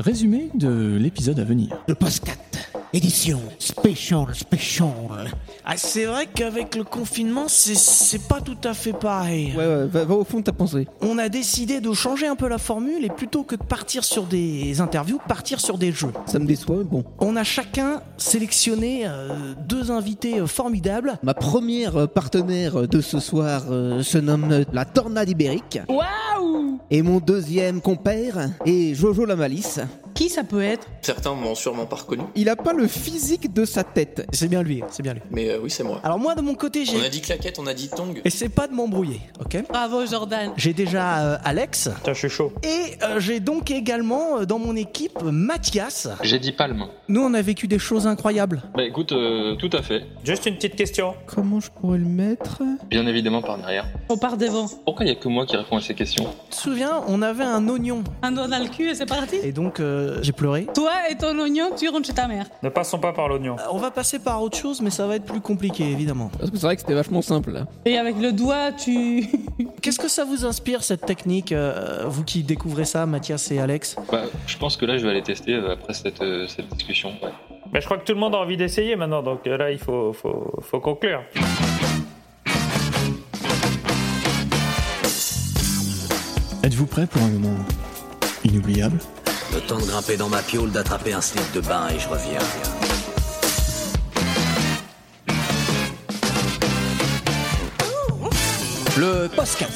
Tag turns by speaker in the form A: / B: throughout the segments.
A: Résumé de l'épisode à venir.
B: Le Postcat, édition spécial, spécial.
C: Ah, c'est vrai qu'avec le confinement, c'est- c'est pas tout à fait pareil.
D: Ouais, ouais, va, va au fond de ta pensée.
C: On a décidé de changer un peu la formule et plutôt que de partir sur des interviews, partir sur des jeux.
D: Ça me déçoit, mais bon.
C: On a chacun sélectionné euh, deux invités euh, formidables.
D: Ma première euh, partenaire de ce soir euh, se nomme euh, la Tornade Ibérique. Waouh Et mon deuxième compère est Jojo la Malice.
E: Qui ça peut être
F: Certains m'ont sûrement pas reconnu,
D: Il a pas le physique de sa tête.
C: C'est bien lui, hein, c'est bien lui.
F: mais euh, oui, c'est moi.
C: Alors moi, de mon côté,
F: On a
C: j'ai...
F: dit claquette, on a dit tongue.
C: Et c'est pas de m'embrouiller, ok
E: Bravo Jordan.
C: J'ai déjà euh, Alex. Et euh, j'ai donc également euh, dans mon équipe Mathias.
G: J'ai dit palme.
C: Nous, on a vécu des choses incroyables.
G: Bah écoute, euh, tout à fait.
H: Juste une petite question.
D: Comment je pourrais le mettre
G: Bien évidemment par derrière.
E: On part devant.
G: Pourquoi il y a que moi qui réponds à ces questions
C: Tu te souviens, on avait un oignon.
E: Un doigt dans le cul et c'est parti.
C: Et donc, euh, j'ai pleuré.
E: Toi et ton oignon, tu rentres chez ta mère.
H: Ne passons pas par l'oignon.
C: Euh, On va passer par autre chose, mais ça va être plus compliqué, évidemment.
D: Parce que c'est vrai que c'était vachement simple là.
E: Et avec le doigt, tu.
C: Qu'est-ce que ça vous inspire, cette technique, euh, vous qui découvrez ça, Mathias et Alex
G: Bah je pense que là je vais aller tester euh, après cette, euh, cette discussion. ouais.
H: Bah, je crois que tout le monde a envie d'essayer maintenant, donc euh, là, il faut, faut, faut conclure.
A: Êtes-vous prêt pour un moment inoubliable
I: Le temps de grimper dans ma piole, d'attraper un slip de bain et je reviens.
A: Le postcat.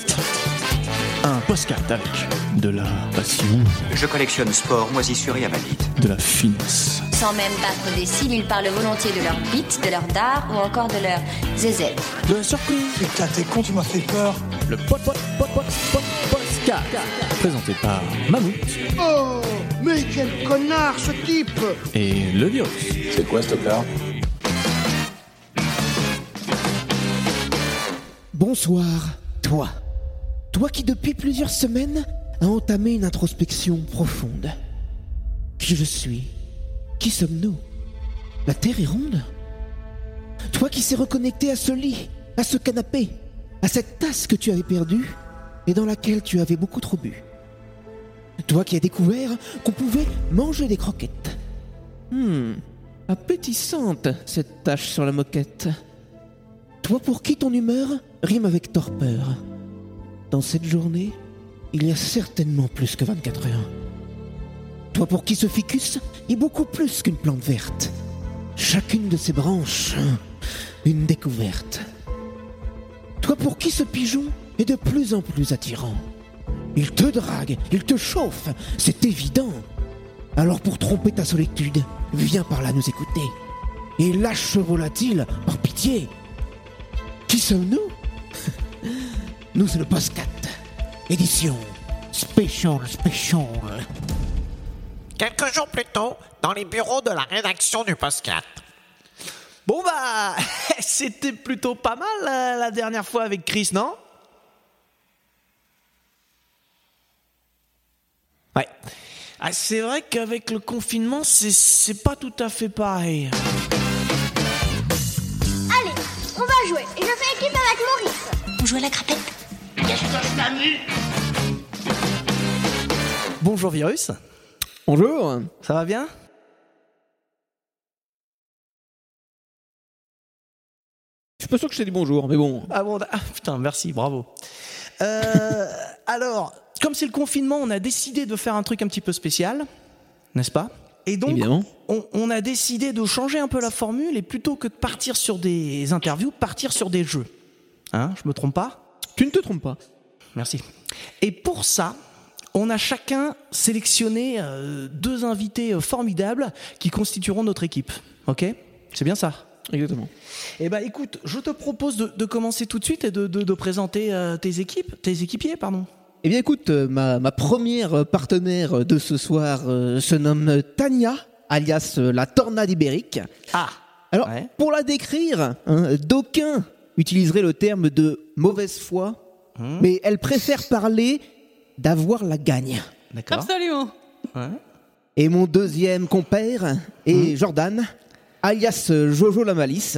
A: Un postcat avec de la passion,
I: Je collectionne sport, moisissure et amanite.
A: de la finesse,
J: Sans même battre des cils, ils parlent volontiers de leur bite, de leur dard ou encore de leur zézette.
C: De la surprise
B: Putain, t'es con, tu m'as fait peur.
A: le pot pot pot pot pot postcat. Présenté par Mamou
B: Oh, mais quel connard ce type
A: et le virus.
I: C'est quoi ce tocard
D: Bonsoir, toi. Toi qui depuis plusieurs semaines a entamé une introspection profonde. Qui je suis Qui sommes-nous La Terre est ronde Toi qui s'es reconnecté à ce lit, à ce canapé, à cette tasse que tu avais perdue et dans laquelle tu avais beaucoup trop bu. Toi qui as découvert qu'on pouvait manger des croquettes. Hmm, appétissante cette tache sur la moquette. Toi pour qui ton humeur rime avec torpeur. Dans cette journée, il y a certainement plus que 24 heures. Toi pour qui ce ficus est beaucoup plus qu'une plante verte. Chacune de ses branches, une découverte. Toi pour qui ce pigeon est de plus en plus attirant. Il te drague, il te chauffe, c'est évident. Alors pour tromper ta solitude, viens par là nous écouter. Et lâche ce volatile, par pitié, qui sommes-nous Nous, c'est le Postcat.
B: Édition spécial, spécial.
K: Quelques jours plus tôt, dans les bureaux de la rédaction du Postcat.
C: Bon bah, c'était plutôt pas mal euh, la dernière fois avec Chris, non Ouais. Ah, c'est vrai qu'avec le confinement, c'est- c'est pas tout à fait pareil.
J: Allez, on va jouer. Et je fais équipe avec Maurice. On joue à la crapette.
C: Bonjour Virus,
D: Bonjour.
C: ça va bien
D: Je suis pas sûr que je t'ai dit bonjour, mais bon.
C: Ah bon, ah, putain, merci, bravo. Euh, alors, comme c'est le confinement, on a décidé de faire un truc un petit peu spécial, n'est-ce pas Et donc,
D: Évidemment.
C: on, on a décidé de changer un peu la formule et plutôt que de partir sur des interviews, partir sur des jeux. Hein, je me trompe pas
D: Tu ne te trompes pas.
C: Merci. Et pour ça, on a chacun sélectionné euh, deux invités euh, formidables qui constitueront notre équipe. Ok C'est bien ça
D: Exactement.
C: eh ben, écoute, je te propose de, de commencer tout de suite et de, de- de présenter euh, tes équipes, tes équipiers, pardon.
D: Eh bien, écoute, euh, ma, ma première euh, partenaire de ce soir euh, se nomme Tania, alias euh, la Tornade Ibérique.
C: Ah,
D: Alors,
C: Ouais.
D: pour la décrire, hein, d'aucuns utiliseraient le terme de mauvaise foi, mais elle préfère parler d'avoir la gagne.
C: d'accord.
E: Absolument.
D: Et mon deuxième compère est Jordan, alias euh, Jojo la Malice.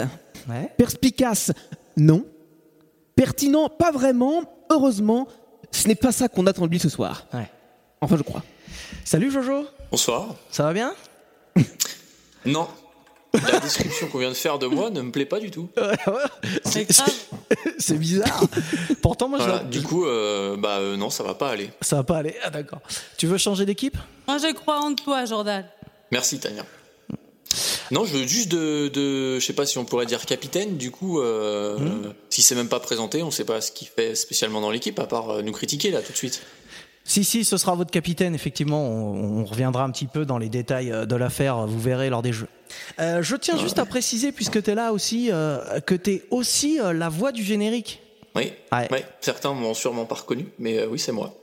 C: Ouais.
D: Perspicace, non. Pertinent, pas vraiment. Heureusement, ce n'est pas ça qu'on attend de lui ce soir.
C: Ouais.
D: Enfin, je crois.
C: Salut Jojo.
J: Bonsoir.
C: Ça va bien
J: Non. La description qu'on vient de faire de moi ne me plaît pas du tout.
C: C'est c'est bizarre. Pourtant, moi, je
J: Voilà,
C: l'aurais-
J: du coup, euh, bah euh, non, ça va pas aller.
C: ça va pas aller. Ah, d'accord. Tu veux changer d'équipe
E: Moi, je crois en toi, Jordan.
J: Merci, Tania. Non, je veux juste de, de- je sais pas si on pourrait dire capitaine. Du coup, euh,
C: Hmm.
J: s'il s'est même pas présenté, on sait pas ce qu'il fait spécialement dans l'équipe à part euh, nous critiquer là tout de suite.
C: Si, si, ce sera votre capitaine, effectivement. On, on reviendra un petit peu dans les détails euh, de l'affaire, vous verrez lors des jeux. Euh, je tiens juste à préciser, puisque tu es là aussi, euh, que tu es aussi euh, la voix du générique.
J: Oui.
C: Ouais.
J: Ouais, certains m'ont sûrement pas reconnu, mais euh, oui, c'est moi.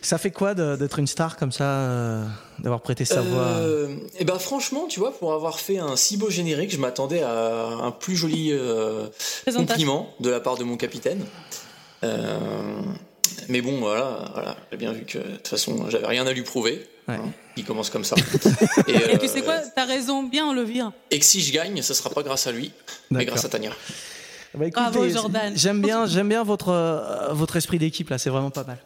C: Ça fait quoi de- d'être une star comme ça, euh, d'avoir prêté sa voix
E: Euh,
J: et ben franchement, tu vois, pour avoir fait un si beau générique, je m'attendais à un plus joli euh,
E: Présentation.
J: compliment de la part de mon capitaine. Euh, mais bon, voilà, voilà, j'ai bien vu que de toute façon, j'avais rien à lui prouver.
C: Ouais.
J: hein, il commence comme ça.
E: Et
J: euh,
E: tu sais quoi T'as raison, bien, on le vire.
J: Et que si je gagne, ce sera pas grâce à lui, mais
C: D'accord.
J: grâce à Tania.
C: Bah, écoute,
E: Bravo,
C: les-
E: Jordan.
C: J'aime bien, j'aime bien votre euh, votre esprit d'équipe là, c'est vraiment pas mal.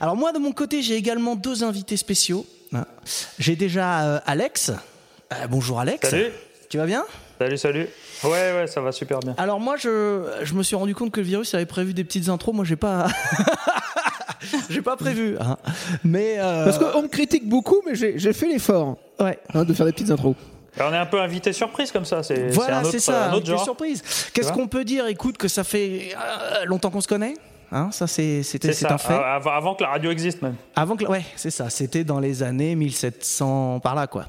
C: Alors moi de mon côté, j'ai également deux invités spéciaux. Hein. J'ai déjà euh, Alex. Euh, bonjour Alex.
H: Salut.
C: Tu vas bien
H: Salut, salut. Ouais, ouais, ça va super bien.
C: Alors moi je, je me suis rendu compte que le virus avait prévu des petites intros, moi j'ai pas j'ai pas prévu. hein. Mais euh,
B: Parce qu'on me critique beaucoup, mais j'ai j'ai fait l'effort
C: ouais.
B: hein, de faire des petites intros.
H: Alors, on est un peu invité surprise comme ça. C'est un
C: Voilà,
H: autre-
C: c'est ça,
H: un autre
C: invité
H: genre.
C: surprise. Qu'est-ce
H: vois
C: qu'on peut dire Écoute, que ça fait euh, longtemps qu'on se connaît. Hein, ça, c'est c'était-
H: C'est
C: c'est
H: ça. ah
C: un fait.
H: av- Avant, que la radio existe même.
C: Avant que, ouais, c'est ça. C'était dans les années 1700 par là, quoi.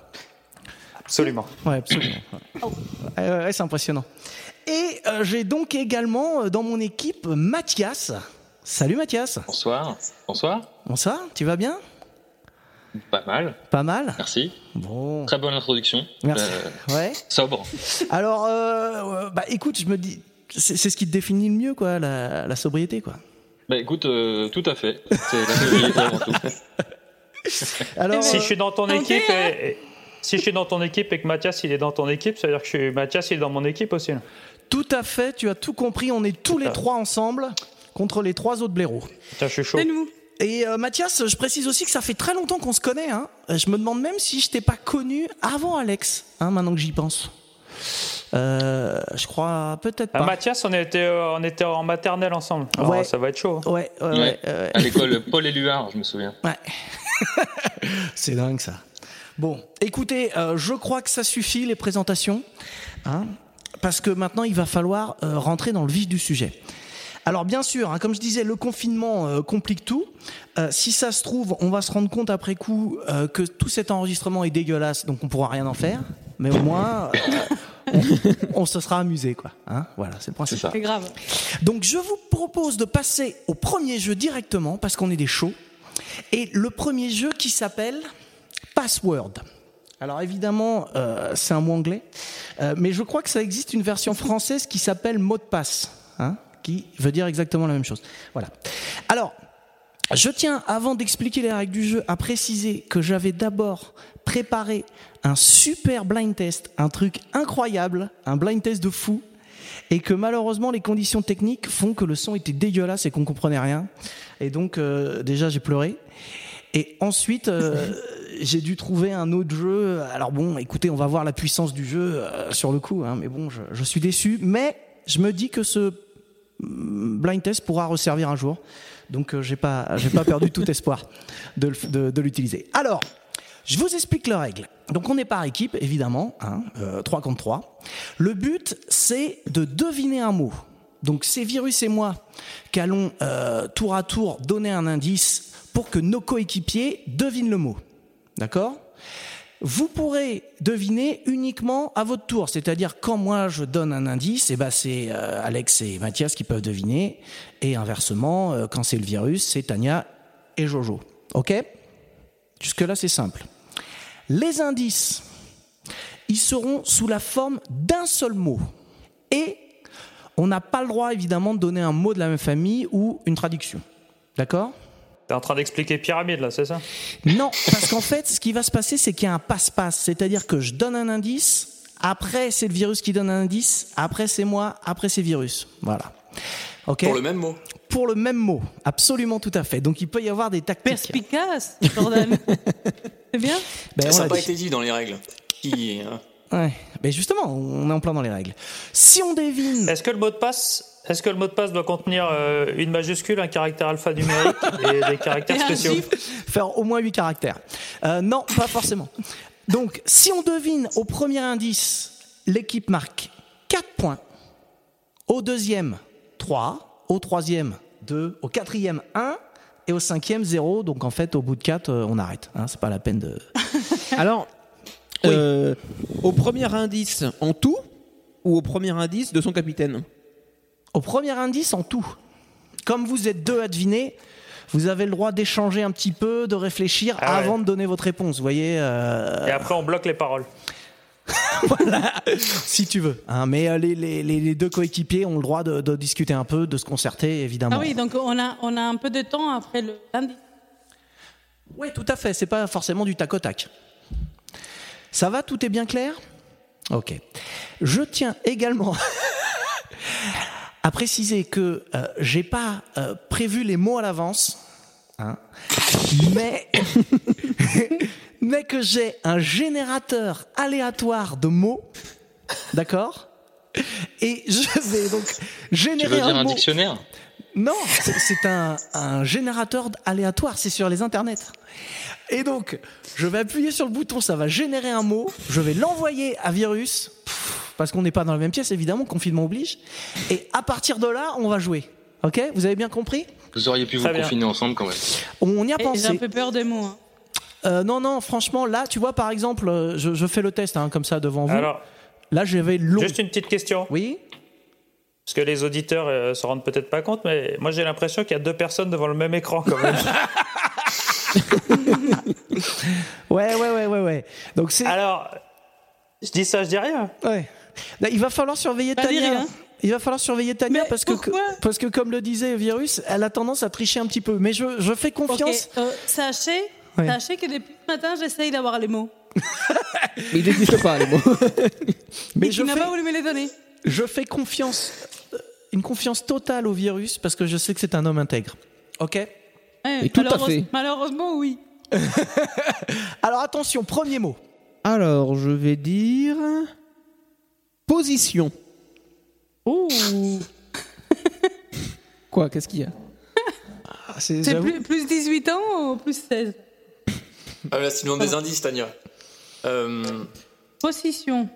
H: Absolument.
C: Ouais, absolument.
H: Oh.
C: Ouais, ouais, ouais, c'est impressionnant. Et euh, j'ai donc également euh, dans mon équipe Mathias. Salut Mathias.
G: Bonsoir. Bonsoir.
C: Bonsoir. Tu vas bien
G: Pas mal.
C: Pas mal.
G: Merci.
C: Bon.
G: Très bonne introduction.
C: Merci.
G: Euh,
C: Ouais.
G: sobre.
C: Alors, euh, euh, bah écoute, je me dis, c'est c'est ce qui te définit le mieux, quoi, la, la sobriété, quoi.
G: Bah écoute, euh, tout à fait. C'est la sobriété avant tout.
C: Alors,
H: Eh ben, Si
C: euh,
H: je suis dans ton
E: Tentez,
H: équipe
E: hein.
H: et, et- si je suis dans ton équipe et que Mathias il est dans ton équipe, ça veut dire que je suis Mathias il est dans mon équipe aussi. là.
C: tout à fait, tu as tout compris. On est tous les trois ensemble contre les trois autres blaireaux.
H: Putain, je suis chaud.
E: C'est nous.
C: Et euh, Mathias, je précise aussi que ça fait très longtemps qu'on se connaît. Hein. Euh, Je me demande même si je t'ai pas connu avant Alex, hein, maintenant que j'y pense. Euh, je crois peut-être
H: Ah,
C: pas.
H: Mathias, on était, euh, on était en maternelle ensemble. Alors,
C: Ouais.
H: Ça va être chaud. hein.
C: Ouais, ouais, ouais,
G: Ouais.
C: ouais.
G: À l'école Paul Éluard, je me souviens.
C: Ouais. C'est dingue ça. Bon, écoutez, euh, je crois que ça suffit les présentations, hein, parce que maintenant il va falloir euh, rentrer dans le vif du sujet. Alors bien sûr, hein, comme je disais, le confinement euh, complique tout. Euh, si ça se trouve, on va se rendre compte après coup euh, que tout cet enregistrement est dégueulasse, donc on pourra rien en faire. Mais au moins, euh, on, on se sera amusé, quoi. Hein voilà, c'est le
G: C'est
C: principe.
G: ça.
E: C'est grave.
C: Donc je vous propose de passer au premier jeu directement parce qu'on est des chauds. Et le premier jeu qui s'appelle Password. Alors évidemment, euh, c'est un mot anglais, euh, mais je crois que ça existe une version française qui s'appelle mot de passe, hein, qui veut dire exactement la même chose. Voilà. Alors, je tiens, avant d'expliquer les règles du jeu, à préciser que j'avais d'abord préparé un super blind test, un truc incroyable, un blind test de fou, et que malheureusement les conditions techniques font que le son était dégueulasse et qu'on comprenait rien. Et donc euh, déjà j'ai pleuré. Et ensuite euh, j'ai dû trouver un autre jeu. Alors bon, écoutez, on va voir la puissance du jeu euh, sur le coup, hein, mais bon, je, je suis déçu. Mais je me dis que ce blind test pourra resservir un jour. Donc euh, j'ai pas j'ai pas perdu tout espoir de, le- de- de l'utiliser. Alors, je vous explique les règles. Donc on est par équipe évidemment, hein, euh, 3 contre 3. Le but c'est de deviner un mot. Donc c'est Virus et moi qu'allons euh, tour à tour donner un indice pour que nos coéquipiers devinent le mot. D'accord vous pourrez deviner uniquement à votre tour. C'est-à-dire, quand moi je donne un indice, eh ben, c'est euh, Alex et Mathias qui peuvent deviner. Et inversement, euh, quand c'est le virus, c'est Tania et Jojo. OK Jusque-là, c'est simple. Les indices, ils seront sous la forme d'un seul mot. Et on n'a pas le droit, évidemment, de donner un mot de la même famille ou une traduction. D'accord
H: T'es en train d'expliquer pyramide là, c'est ça
C: non, parce qu'en fait, ce qui va se passer, c'est qu'il y a un passe-passe. C'est-à-dire que je donne un indice, après c'est le virus qui donne un indice, après c'est moi, après c'est virus. Voilà. Ok.
J: Pour le même mot.
C: Pour le même mot, absolument tout à fait. Donc il peut y avoir des tactiques.
E: Perspicace, Jordan. C'est bien
C: Ben, on
J: ça n'a
C: l'a
J: pas
C: dit.
J: été dit dans les règles. Qui, hein.
C: Ouais. Mais justement, on est en plein dans les règles. Si on devine.
H: Est-ce que le mot de passe, est-ce que le mot de passe doit contenir euh, une majuscule, un caractère alphanumérique et des caractères spéciaux
C: Faire au moins 8 caractères. Euh, non, pas forcément. Donc, si on devine au premier indice, l'équipe marque 4 points. Au deuxième, 3. Au troisième, 2. Au quatrième, 1. Et au cinquième, 0. Donc, en fait, au bout de 4, on arrête. Hein, c'est pas la peine de.
D: Alors, euh, au premier indice en tout ou au premier indice de son capitaine
C: Au premier indice, en tout. Comme vous êtes deux à deviner, vous avez le droit d'échanger un petit peu, de réfléchir
H: Ah ouais.
C: avant de donner votre réponse. Vous voyez. euh,
H: Et après, on bloque les paroles.
C: si tu veux. hein, mais euh, les, les- les- les deux coéquipiers ont le droit de, de discuter un peu, de se concerter, évidemment.
E: Ah oui, donc on a, on a un peu de temps après le lundi.
C: Oui, tout à fait. C'est pas forcément du tac au tac. Ça va Tout est bien clair Ok. Je tiens également à préciser que euh, j'ai pas euh, prévu les mots à l'avance, hein, mais mais que j'ai un générateur aléatoire de mots, d'accord Et je vais donc
L: Tu
C: générer
L: veux dire
C: un
L: un
C: mot.
L: dictionnaire
C: Non, c'est- c'est un, un générateur d- aléatoire, c'est sur les internets. Et donc, je vais appuyer sur le bouton, ça va générer un mot, je vais l'envoyer à Virus, pff, parce qu'on n'est pas dans la même pièce évidemment, confinement oblige, et à partir de là, on va jouer. Ok Vous avez bien compris
L: Vous auriez pu vous
C: Très bien.
L: confiner ensemble quand même.
C: On y a
E: Et
C: pensé.
E: J'ai un peu peur des mots. hein.
C: Euh, non, non, franchement, là, tu vois, par exemple, euh, je, je fais le test hein, comme ça devant vous.
H: Alors,
C: là, je vais long.
H: Juste une petite question.
C: Oui.
H: Parce que les auditeurs euh, se rendent peut-être pas compte, mais moi j'ai l'impression qu'il y a deux personnes devant le même écran quand même.
C: Ouais, ouais, ouais, ouais, ouais. Donc c'est.
H: Alors, je dis ça, je dis rien.
C: Ouais. Là, il va falloir surveiller
H: Pas dire
C: Tania.
E: hein.
H: rien.
C: Il va falloir surveiller Tania parce que, parce que, comme le disait Virus, elle a tendance à tricher un petit peu. Mais je, je fais confiance.
E: Ok, euh, sachez,
C: Ouais.
E: sachez que depuis ce matin, j'essaye d'avoir les mots.
D: Mais il n'existe pas les mots.
C: Mais
E: Et
C: je
E: tu n'as
C: fais,
E: pas voulu me les donner.
C: je fais confiance, euh, une confiance totale au Virus parce que je sais que c'est un homme intègre. Ok
E: Ouais,
C: Et tout à
E: malheureuse-
C: fait.
E: Malheureusement, oui.
C: Alors attention, premier mot.
D: Alors, je vais dire position.
E: Oh.
D: Quoi Qu'est-ce qu'il y a
E: C'est plus, plus 18 ans ou plus 16
J: Ah, là, c'est le nom des indices, Tania. Euh,
E: Position.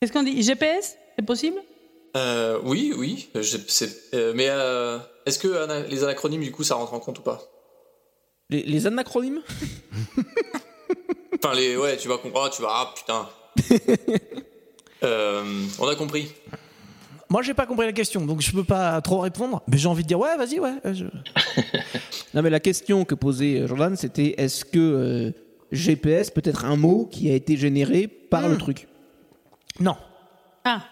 E: Qu'est-ce qu'on dit GPS C'est possible
J: euh, oui, oui. je- c'est- euh, mais euh, est-ce que ana- les anacronymes, du coup, ça rentre en compte ou pas
D: les, les anacronymes
J: Enfin, les. Ouais, tu vas comprendre. tu vas. Ah, putain. Euh, on a compris.
C: Moi, j'ai pas compris la question, donc je peux pas trop répondre. Mais j'ai envie de dire ouais, vas-y, ouais. euh, je-
D: Non, mais la question que posait euh, Jordan, c'était est-ce que euh, GPS peut être un mot qui a été généré par le truc
C: Non.
E: Ah.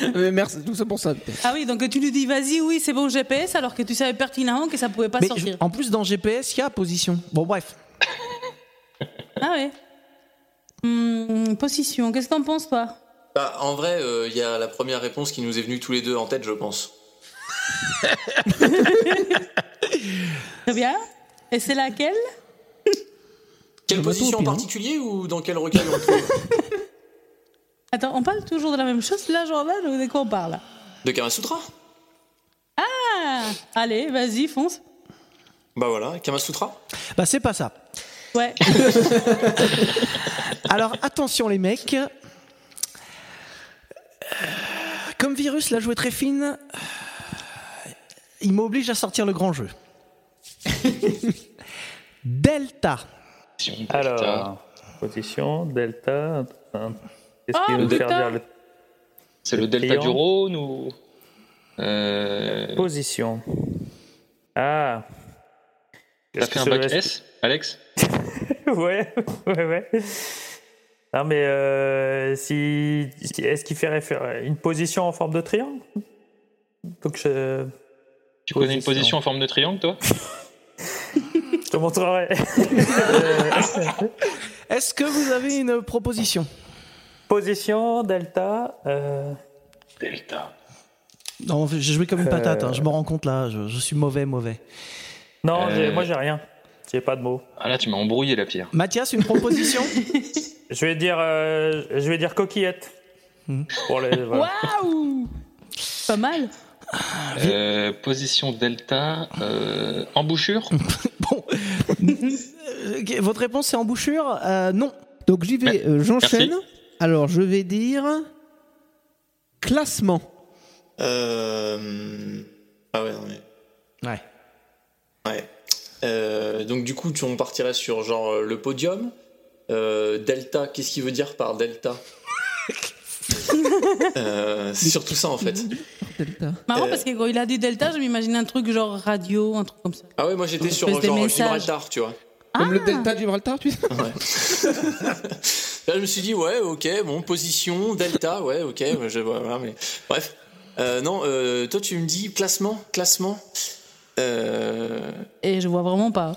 D: Mais merci, tout ça pour ça.
E: Ah oui, donc tu nous dis vas-y, oui, c'est bon GPS, alors que tu savais pertinemment que ça pouvait pas
C: Mais je-
E: sortir.
C: en plus, dans GPS, il y a position. Bon, bref.
E: Ah ouais. Hmm, position, qu'est-ce que t'en penses, toi
J: Bah, en vrai, euh, il y a la première réponse qui nous est venue tous les deux en tête, je pense.
E: Très bien. Et c'est laquelle
J: Quelle position en particulier ou dans quel recueil on trouve
E: Attends, on parle toujours de la même chose, là, Jordan, ou de quoi on parle
J: De Kamasutra
E: Ah Allez, vas-y, fonce.
J: Bah voilà, Kamasutra
C: Bah, c'est pas ça.
E: Ouais.
C: Alors attention les mecs. Euh, Comme Virus l'a joué très fine, euh, il m'oblige à sortir le grand jeu. Delta.
H: Alors, position, delta. un- Qu'est-ce
E: Ah,
H: qu'il veut nous faire
E: delta.
H: dire le-
L: C'est le delta
H: client
L: du Rhône ou. Euh...
H: Position. Ah.
L: T'as
H: Est-ce que
L: fait un
H: ça
L: bac
H: reste-
L: S, Alex
H: ouais, ouais, ouais. Non, mais euh, si, si- est-ce qu'il fait référence une position en forme de triangle Donc je.
L: Tu connais une position en forme de triangle, toi
H: Je te montrerai.
C: Est-ce que vous avez une proposition
H: position, delta. euh,
L: Delta.
C: Non, j'ai joué comme une
H: Euh.
C: patate, hein, je me rends compte là, je, je suis mauvais, mauvais.
H: Non,
C: Euh.
H: j'ai- moi j'ai rien. J'ai pas de mots.
L: Ah là, tu m'as embrouillé la pierre.
C: Mathias, une proposition
H: Je vais dire, euh, je vais dire coquillette. Pour les, voilà.
E: Waouh Pas mal.
H: Ah,
L: Euh, position Delta, euh, embouchure
C: Ok, Votre réponse c'est embouchure Euh, Non.
D: Donc j'y vais, euh, j'enchaîne.
C: Merci.
D: Alors je vais dire classement.
J: Euh... Ah ouais, non mais.
C: Ouais.
J: Ouais. Euh, donc du coup, tu, on partirait sur genre euh, le podium. Euh, delta, qu'est-ce qu'il veut dire par delta Euh, C'est surtout ça en fait.
E: Marrant
J: Euh.
E: parce que quand il a dit Delta, je m'imaginais un truc genre radio, un truc comme ça.
J: Ah ouais, moi j'étais
E: Une
J: sur
E: espèce de
J: genre
E: message.
J: Gibraltar, tu vois.
D: Comme le delta du Gibraltar, tu sais.
J: Là, je me suis dit, ouais, ok, bon, position, delta, ouais, ok, ouais, je, voilà, mais bref. Euh, non, euh, toi, tu me dis classement, classement. Euh,
E: Et je vois vraiment pas.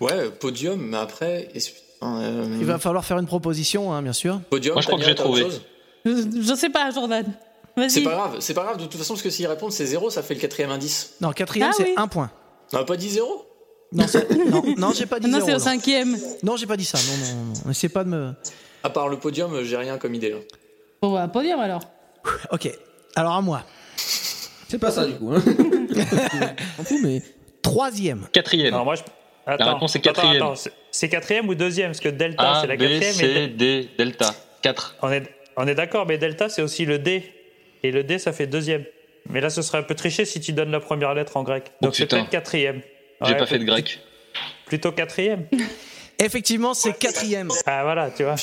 J: ouais, podium, mais après. est-ce- euh,
C: Il va falloir faire une proposition, hein, bien sûr.
J: Podium,
L: Moi, je crois que
J: Damien,
L: j'ai
J: t'as autre
L: trouvé.
J: chose
E: Je, je sais pas, Jordan.
J: C'est
E: Vas-y.
J: pas grave, c'est pas grave, de toute façon, parce que s'ils répondent, c'est zéro, ça fait le quatrième indice.
C: Non, quatrième
E: Ah
C: c'est
E: oui.
C: un point.
J: On n'a pas dit zéro
C: Non, c'est- non, non, j'ai pas dit
E: Ah
C: zéro,
E: Non, c'est au
C: non.
E: cinquième.
C: Non, j'ai pas dit ça. Non, non, non. Essayez pas de me.
J: À part le podium, euh, j'ai rien comme idée. là.
E: Bon, bah, podium alors.
C: Ok. Alors à moi.
D: C'est pas ça du coup. Hein. On s'en fout, mais
C: troisième.
L: Quatrième.
H: Alors moi, je... Attends,
L: réponse est
H: attends,
L: quatrième.
H: attends, c'est- C'est quatrième ou deuxième Parce que Delta,
L: A,
H: c'est la
L: B,
H: quatrième. et
L: C, D, Delta. 4.
H: On est, on est d'accord, mais Delta, c'est aussi le D. Et le D, ça fait deuxième. Mais là, ce serait un peu triché si tu donnes la première lettre en grec.
L: Oh,
H: Donc c'est
L: putain.
H: peut-être quatrième.
L: J'ai
H: Ouais,
L: pas fait de
H: peut-
L: grec.
H: Plutôt quatrième.
C: Effectivement, c'est quatrième.
H: Ah voilà, tu vois.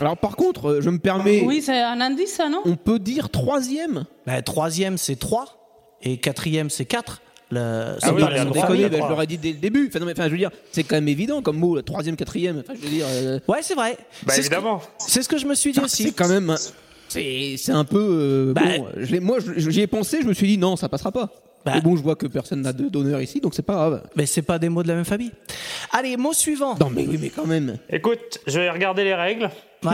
D: Alors par contre, euh, je me permets,
E: Oui, c'est un indice, ça, non
D: on peut dire troisième.
C: Bah, troisième c'est 3 et quatrième c'est 4. Le...
D: Ah
C: c'est
D: oui,
C: pas-
D: mais sans
C: c'est pas-
D: déconner, bah, je l'aurais dit dès le début. Enfin, non, mais, enfin, je veux dire, c'est quand même évident comme mot, le troisième, quatrième. Enfin, je veux dire, euh,
C: Ouais, c'est vrai.
H: Bah
C: C'est ce que-
H: évidemment.
C: C'est ce que je me suis dit
D: enfin,
C: aussi.
D: c'est quand même, c'est c'est un peu. euh, bon, je l'ai- moi, je- j'y ai pensé, je me suis dit non, ça passera pas.
C: Bah.
D: Mais bon, je vois que personne n'a de- d'honneur ici, donc c'est pas grave.
C: Mais c'est pas des mots de la même famille. Allez, mot suivant.
D: Non, mais oui, mais quand même.
H: Écoute, je vais regarder les règles.
C: Ouais.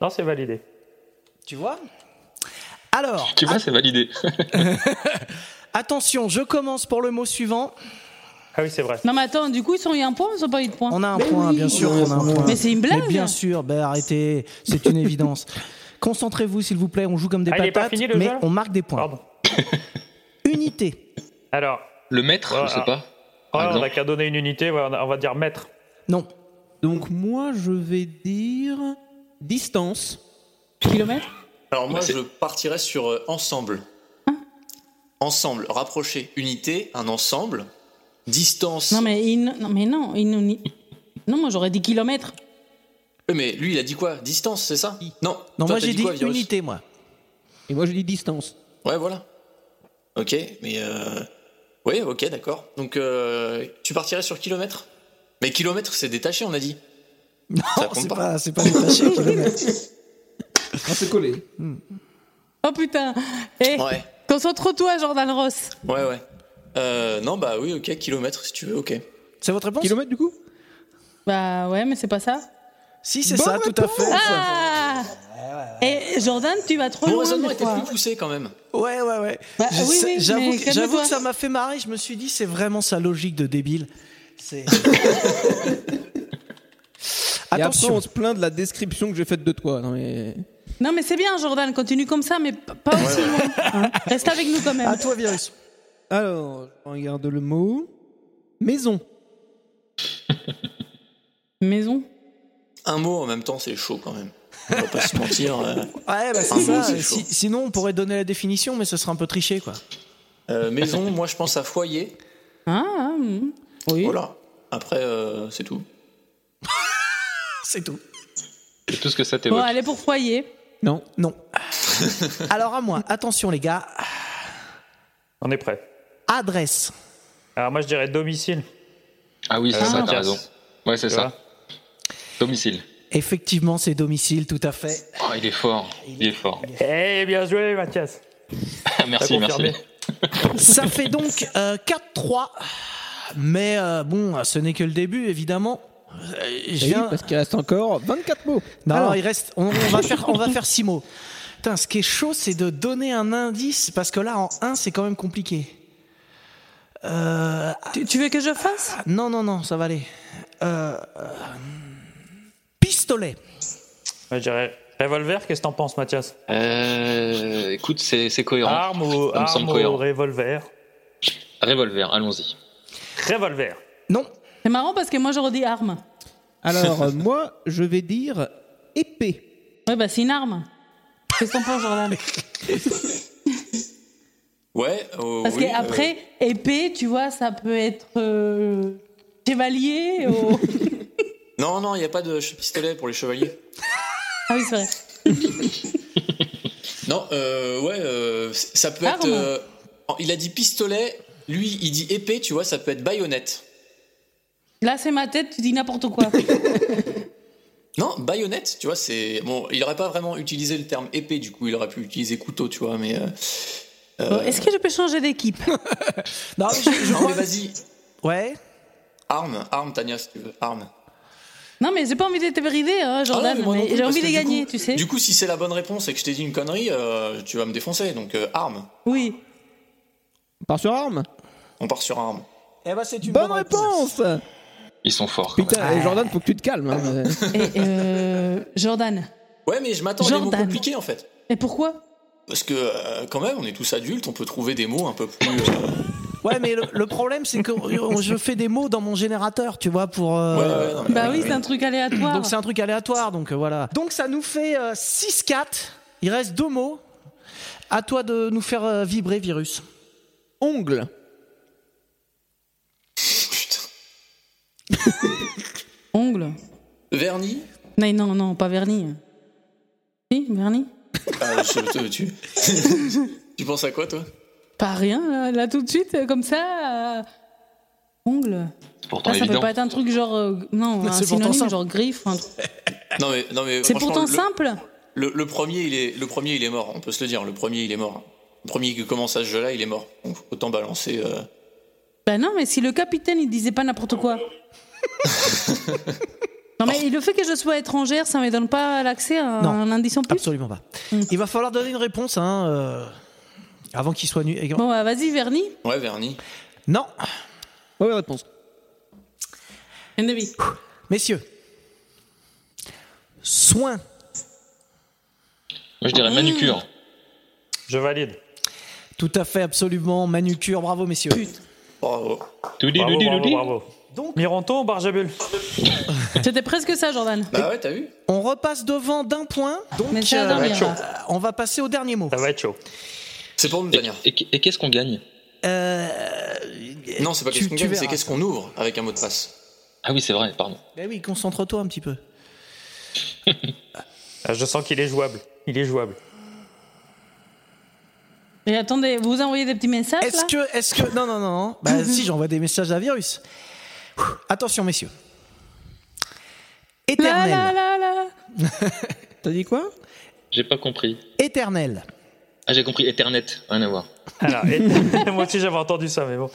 H: Non, c'est validé.
C: tu vois Alors,
L: Tu vois,
H: Ah.
L: c'est validé.
C: attention, je commence pour le mot suivant.
H: Ah oui, c'est vrai.
E: Non, mais attends, du coup, ils sont eu un point ou ils ont pas eu de point
C: On a un point, bien sûr. qu'on a un point.
E: Mais c'est une blague
C: Mais bien sûr, ben arrêtez, c'est une évidence. Concentrez-vous, s'il vous plaît, on joue comme des
H: Ah, il est
C: patates,
H: pas fini, le
C: mais
H: jeu
C: on marque des points.
H: Pardon.
C: Unité.
H: Alors,
L: Le maître,
H: Ouais,
L: je sais
H: ah.
L: pas.
H: ouais, on
L: exemple.
H: n'a qu'à donner une unité, ouais, on, a- on va dire mètre.
C: Non.
D: Donc moi, je vais dire distance.
E: Kilomètre
J: Alors moi, je partirais sur euh, ensemble.
C: Hein
J: Ensemble, rapproché, unité, un ensemble, distance.
E: Non, mais, une- non, mais non, une uni- Non, moi j'aurais dit kilomètre.
J: Euh, Mais lui, il a dit quoi Distance, c'est ça Non.
C: Non,
J: Toi,
C: moi
J: t'as
C: j'ai dit
J: quoi, Virus
C: unité, moi.
D: Et moi, je dis distance.
J: Ouais, voilà. Ok, mais euh... ouais, ok, d'accord. Donc euh, tu partirais sur kilomètre Mais kilomètre, c'est détaché, on a dit.
C: Non,
J: Ça compte
C: c'est
J: pas.
C: pas, c'est pas détaché, kilomètre.
D: Ah, c'est collé.
E: Oh putain Eh,
J: Ouais,
E: Concentre-toi, Jordan Ross.
J: ouais, ouais. Euh, non, bah oui, ok, kilomètre, si tu veux, ok.
C: C'est votre réponse
D: Kilomètre du coup
E: Bah ouais, mais c'est pas ça.
C: Si, c'est
D: Bonne
C: ça, tout à fait.
E: Ah Et Jordan, tu vas trop
J: Mon
E: loin.
J: raisonnement
E: des
J: était
E: fois.
J: plus poussé quand même.
C: Ouais, ouais, ouais.
E: Bah,
C: Je-
E: oui, oui,
C: j'avoue,
E: mais
C: que- j'avoue
E: calme-toi.
C: que ça m'a fait marrer. Je me suis dit, c'est vraiment sa logique de débile. C'est.
D: Et après,
C: Attention.
D: on se plaint de la description que j'ai faite de toi. Non, mais...
E: Non, mais c'est bien, Jordan, continue comme ça, mais p- pas aussi loin. hein. Reste avec nous quand même.
C: À toi, virus.
D: Alors, on regarde le mot. Maison.
E: Maison.
J: Un mot en même temps, c'est chaud quand même. On va pas se mentir. euh,
C: Ouais, bah
J: Un
C: c'est
J: mot,
C: ça.
J: c'est chaud.
C: Si- sinon, on pourrait donner la définition, mais ce serait un peu triché, quoi.
J: euh, maison, moi je pense à foyer.
E: Ah, ah, mm. oui.
C: Oh
J: Voilà. Après, euh, c'est tout.
C: C'est tout.
L: C'est tout ce que ça
E: Bon,
L: t'évoque.
E: allez pour foyer.
D: Non.
C: Non. Alors, à moi, attention, les gars.
H: On est prêt.
C: Adresse.
H: Alors moi, je dirais domicile.
L: Ah oui, c'est
H: Euh,
L: ça, t'as
H: Mathias.
L: raison. Ouais, c'est
H: Tu
L: ça. Domicile.
C: Effectivement, c'est domicile, tout à fait.
L: Oh, il est fort. Il est fort.
H: Eh, bien joué, Mathias.
L: merci,
H: T'as
L: merci.
H: confirmé.
C: Ça fait donc euh, 4-3. Mais euh, bon, ce n'est que le début, évidemment. Euh, Je
D: Et Eh oui,
C: viens-
D: parce qu'il reste encore 24 mots.
C: Non,
D: Alors,
C: il reste. On, on va faire, on va faire six mots. Putain, ce qui est chaud, c'est de donner un indice, parce que là, en 1, c'est quand même compliqué. Euh,
E: tu, tu veux que je fasse
C: Ah, Non, non, non, ça va aller. Euh, euh, pistolet.
H: Ouais, je dirais revolver, qu'est-ce que t'en penses, Mathias
L: Euh, écoute, c'est c'est cohérent.
H: Arme ou,
L: Ça me
H: arme
L: semble
H: ou
L: cohérent.
H: revolver
L: Revolver, allons-y.
H: Revolver.
C: Non.
E: C'est marrant parce que moi j'aurais dit arme.
D: Alors, euh, moi, je vais dire épée.
E: Ouais, bah c'est une arme. Qu'est-ce qu'on pense, Jordan
J: Ouais, euh,
E: Parce
J: oui, euh,
E: qu'après, épée, tu vois, ça peut être euh, chevalier ou.
J: euh, Non, non, il n'y a pas de pistolet pour les chevaliers.
E: ah oui, c'est vrai.
J: Non, euh, ouais, euh, c- ça peut être.
E: Arme.
J: euh, il a dit pistolet, lui il dit épée, tu vois, ça peut être baïonnette.
E: Là, c'est ma tête, tu dis n'importe quoi.
J: Non, baïonnette, tu vois, c'est. Bon, il aurait pas vraiment utilisé le terme épée, du coup, il aurait pu utiliser couteau, tu vois, mais. euh, euh,
E: Bon, Est-ce que je peux changer d'équipe
C: Non, mais je- je
J: non,
C: crois-
J: mais vas-y.
C: Ouais.
J: Arme, arme, Tania, si tu veux. Arme.
E: Non, mais j'ai pas envie de te brider, hein,
J: Ah non,
E: Jordan,
J: mais moi non
E: mais
J: plus,
E: j'ai
J: parce
E: envie
J: que
E: de
J: du
E: gagner,
J: coup-
E: tu sais.
J: Du coup, si c'est la bonne réponse et que je t'ai dit une connerie, euh, tu vas me défoncer, donc euh, arme.
E: Oui.
D: Par sur arme
J: On part sur arme.
C: Eh ben, c'est une
D: bonne, réponse.
L: Ils sont forts.
D: Putain, eh, Jordan, faut que tu te calmes. hein.
E: Et, euh, Jordan.
J: Ouais, mais je m'attends à des mots
E: Jordan.
J: compliqués en fait.
E: Mais pourquoi
J: Parce que euh, quand même, on est tous adultes, on peut trouver des mots un peu plus. euh,
C: Ouais, mais le, le problème, c'est que je fais des mots dans mon générateur, tu vois, pour. euh,
J: Ouais, ouais, non, mais
E: Bah oui, c'est un truc aléatoire.
C: Donc c'est un truc aléatoire, donc euh, voilà. Donc ça nous fait euh, 6-4. Il reste deux mots. À toi de nous faire euh, vibrer, virus.
D: Ongle.
E: Ongle.
J: Vernis
E: Non, non, non, pas vernis. Si, vernis
J: Ah, je te tue. tu penses à quoi toi
E: Pas rien, là, là, tout de suite, euh, comme ça. euh, Ongle.
J: pourtant
E: Ah, ça peut
J: évident.
E: pas être un truc genre. euh, non,
J: Mais
E: un
J: c'est pourtant
E: synonyme,
J: simple.
E: genre griffe. un truc.
J: Non mais, non, mais
E: C'est
J: franchement,
E: pourtant
J: le-
E: simple
J: Le, le premier, il est, le premier, il est mort. On peut se le dire. Le premier, il est mort. Le premier qui commence à ce jeu-là, il est mort. Donc, autant balancer. euh,
E: Bah non, mais si le capitaine il disait pas n'importe quoi. non, mais le fait que je sois étrangère, ça me donne pas l'accès à
C: Non.
E: un indice en plus.
C: Absolument pas.
E: Mm.
C: Il va falloir donner une réponse, hein, euh, avant qu'il soit nu.
E: Bon, bah, vas-y, vernis.
J: Ouais, vernis.
C: Non.
D: Ouais, réponse.
E: Ennemis.
C: Messieurs. Soin.
L: Moi, je dirais manucure.
H: Je valide.
C: Tout à fait, absolument. Manucure, bravo, messieurs.
J: Bravo.
H: Bravo,
L: doudi,
H: bravo,
L: doudi.
H: bravo. Miranton ou Barjabul
E: C'était presque ça, Jordan.
J: Bah ouais, t'as vu
C: On repasse devant d'un point. Donc,
E: Mais ça,
C: euh,
E: non, mais-
C: euh, on va passer au dernier mot.
H: Ça va être chaud.
J: C'est pour nous, Daniel.
L: Et, et qu'est-ce qu'on gagne
J: Non, c'est pas
C: tu-
J: qu'est-ce
C: tu
J: qu'on gagne,
C: verras.
J: c'est qu'est-ce qu'on ouvre avec un mot de passe.
L: Ah oui, c'est vrai, pardon.
C: Ben oui, concentre-toi un petit peu.
H: Ah, je sens qu'il est jouable. Il est jouable.
E: Et attendez, vous envoyez des petits messages
C: Est-ce
E: là Mhm.
C: que, est-ce que, non, non, non, non. Bah, si, j'envoie des messages à virus. Ouh, Attention, messieurs.
E: La,
C: Éternel.
E: la, la, la.
D: T'as dit quoi
L: J'ai pas compris.
C: Éternel.
L: Ah, j'ai compris. Ethernet, rien à voir.
H: Alors, Ah et- moi aussi j'avais entendu ça, mais bon.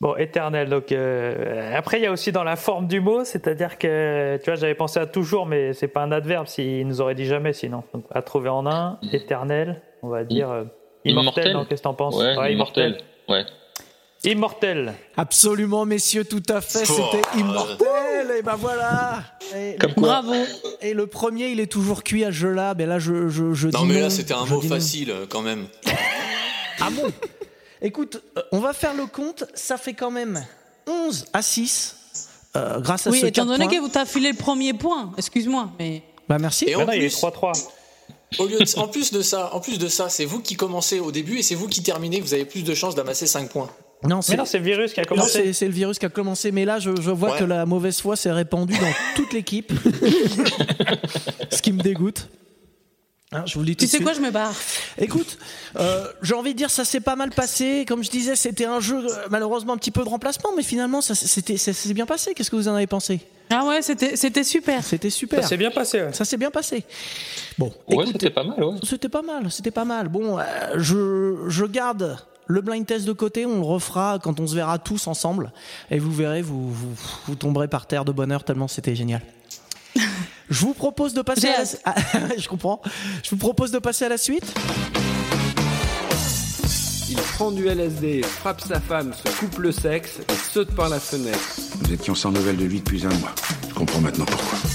H: Bon, éternel. Donc euh, après, il y a aussi dans la forme du mot, c'est-à-dire que tu vois, j'avais pensé à toujours, mais c'est pas un adverbe. S'il nous aurait dit jamais, sinon. Donc, à trouver en
J: Mm.
H: un, éternel, on va dire euh, immortel. non, Qu'est-ce que t'en penses
L: Ouais,
H: Ouais,
L: immortel. Ouais.
H: Immortel.
C: Absolument, messieurs, tout à fait.
L: Oh,
C: C'était immortel. Et ben voilà. Et-
L: Comme quoi.
E: Bravo.
C: Et le premier, il est toujours cuit à ce jeu-là. Mais là, je, je, je
J: Non
C: dis
J: mais là, c'était un
C: je
J: mot
C: dis
J: facile euh, quand même.
C: Ah bon Écoute, euh, on va faire le compte. Ça fait quand même 11 à 6. euh, grâce à
E: Oui,
C: ce
E: étant
C: quatre
E: donné
C: points.
E: que vous t'as filé le premier point, excuse-moi, mais.
C: Bah, merci.
J: Et en
H: Maintenant, il
J: plus-
H: est 3-3.
J: Au lieu de- en plus de ça, en plus de ça, c'est vous qui commencez au début et c'est vous qui terminez. Vous avez plus de chances d'amasser 5 points.
C: Non,
H: Mais
C: c'est
H: non, c'est le virus qui a
C: Non,
H: commencé.
C: c'est c'est le virus qui a commencé, mais là je, je vois
J: Ouais.
C: que la mauvaise foi s'est répandue dans toute l'équipe. Ce qui me dégoûte. Hein, je vous le dis tout
E: Tu
C: de
E: sais
C: suite.
E: quoi, je me barre.
C: Écoute, euh, j'ai envie de dire ça s'est pas mal passé. Comme je disais, c'était un jeu euh, malheureusement un petit peu de remplacement, mais finalement ça s- c'était ça s'est bien passé. Qu'est-ce que vous en avez pensé
E: Ah ouais, c'était c'était super.
C: C'était super.
H: Ça s'est bien passé. ouais.
C: Ça s'est bien passé. Bon,
L: Ouais,
C: écoutez,
L: c'était pas mal, ouais.
C: c'était pas mal, c'était pas mal. Bon, euh, je, je garde le blind test de côté, on le refera quand on se verra tous ensemble. Et vous verrez, vous, vous, vous tomberez par terre de bonheur tellement c'était génial. Je vous propose de passer. À la... Ah, je comprends. Je vous propose de passer à la suite.
M: Il prend du LSD, frappe sa femme, se coupe le sexe et saute par la fenêtre.
N: Nous étions sans nouvelles de lui depuis un mois. Je comprends maintenant pourquoi.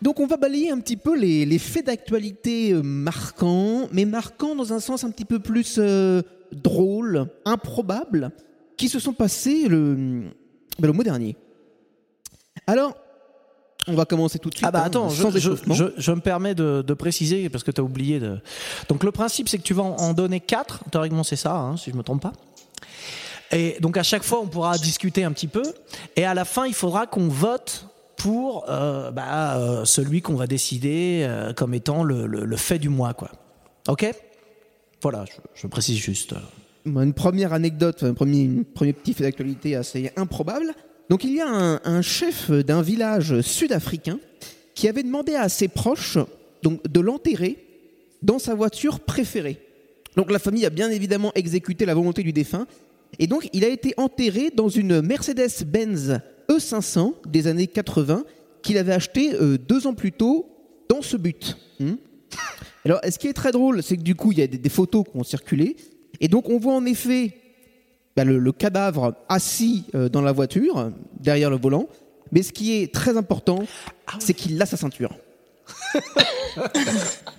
D: Donc on va balayer un petit peu les, les faits d'actualité euh, marquants, mais marquants dans un sens un petit peu plus euh, drôle, improbable, qui se sont passés le, ben, le mois dernier. Alors, on va commencer tout de suite.
C: Ah bah
D: hein,
C: attends, je,
D: sans
C: je-
D: échauffement.
C: je- je me permets de, de préciser parce que tu as oublié de. Donc le principe, c'est que tu vas en- en donner 4. Théoriquement, c'est ça, hein, si je me trompe pas. Et donc à chaque fois, on pourra discuter un petit peu. Et à la fin, il faudra qu'on vote pour euh, bah, euh, celui qu'on va décider euh, comme étant le, le- le fait du mois, quoi. Ok Voilà, je, je précise juste.
D: Bon, Une première anecdote, un premier, une- premier petit fait d'actualité assez improbable. Donc il y a un, un chef d'un village sud-africain qui avait demandé à ses proches donc, de l'enterrer dans sa voiture préférée. Donc la famille a bien évidemment exécuté la volonté du défunt. Et donc il a été enterré dans une Mercedes-Benz E500 des années 80 qu'il avait achetée euh, deux ans plus tôt dans ce but. Hmm alors, ce qui est très drôle, c'est que du coup, il y a des, des photos qui ont circulé. Et donc, on voit en effet bah, le, le cadavre assis euh, dans la voiture, euh, derrière le volant. Mais ce qui est très important,
C: Ah
D: c'est qu'il a sa ceinture.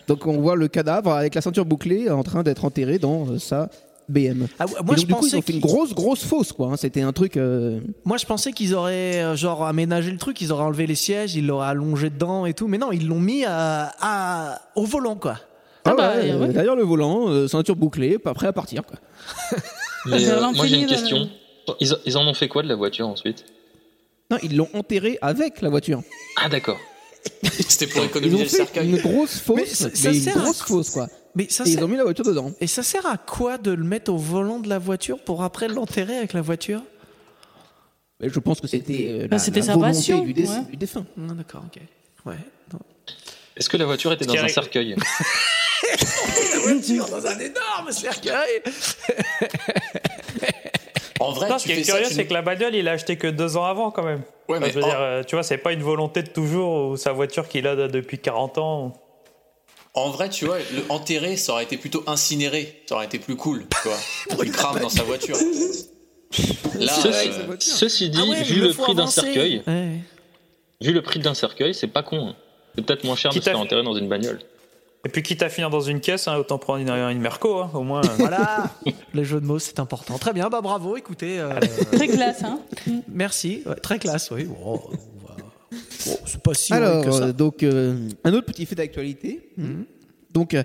D: donc, on voit le cadavre avec la ceinture bouclée en train d'être enterré dans euh, sa BM.
C: Ah,
D: Et
C: moi,
D: donc,
C: je
D: du coup, ils
C: pensais
D: ont fait une
C: qu'il-
D: grosse, grosse fausse, quoi. hein. C'était un truc. euh,
C: Moi, je pensais qu'ils auraient euh, genre aménagé le truc, ils auraient enlevé les sièges, ils l'auraient allongé dedans et tout. Mais non, ils l'ont mis à- à- au volant, quoi.
D: ah bah, euh, Derrière le volant, euh, ceinture bouclée, pas prêt à partir, quoi.
L: Mais, euh, moi j'ai une
D: L'enfiler dans
L: question.
J: euh,
L: Ils, ils en ont fait quoi de la voiture ensuite
D: Non, ils l'ont enterré avec la voiture.
L: Ah d'accord.
J: C'était pour
D: Ils ont
J: économiser le
D: fait
J: cercueil.
D: une grosse
C: Mais
D: fausse,
C: ça-
D: mais,
C: ça
D: une
C: sert à
D: grosse
C: quoi
D: fausse quoi.
C: Mais ça
D: Et ils
C: sert-
D: ont mis la voiture dedans.
C: Et ça sert à quoi de le mettre au volant de la voiture pour après l'enterrer avec la voiture
D: Mais je pense que c'était euh,
C: Bah,
D: la,
C: c'était
D: la
C: sa
D: volonté
C: passion,
D: du, dé-
C: ouais.
D: du défunt.
C: Ah, D'accord, ok. Ouais.
L: Est-ce que la voiture était dans
C: Parce
L: un
C: qu'il
L: cercueil
C: la voiture dans un énorme cercueil
J: En vrai,
H: Non,
J: Ah, tu
H: ce qui
J: fais
H: est
J: ça,
H: curieux,
J: tu-
H: c'est que la bagnole, il l'a acheté que deux ans avant quand même.
J: Ouais,
H: Enfin,
J: mais
H: je veux
J: en-
H: dire, euh, tu vois, c'est pas une volonté de toujours ou sa voiture qu'il a depuis 40 ans.
J: En vrai, tu vois, le enterrer, ça aurait été plutôt incinéré. Ça aurait été plus cool, tu vois. Il crame dans sa voiture. Là,
L: ceci,
J: euh,
L: ceci dit,
J: Ah ouais,
L: vu
J: mais
L: le,
J: faut
L: prix d'un
J: avancer.
L: cercueil,
C: Ouais.
L: vu le prix d'un cercueil, c'est pas con. hein. C'est peut-être moins cher de se faire enterrer dans une bagnole.
H: Et puis quitte à finir dans une caisse, hein, autant prendre une, une Merco, hein, au moins.
C: Voilà Les jeux de mots, c'est important. Très bien, bah bravo, écoutez.
E: Très classe, hein
C: Merci, ouais, très classe, oui. Bon, on va- bon, c'est pas si horrible
D: Alors
C: que ça. Mhm.
D: euh, donc euh, un autre petit fait d'actualité. Donc euh,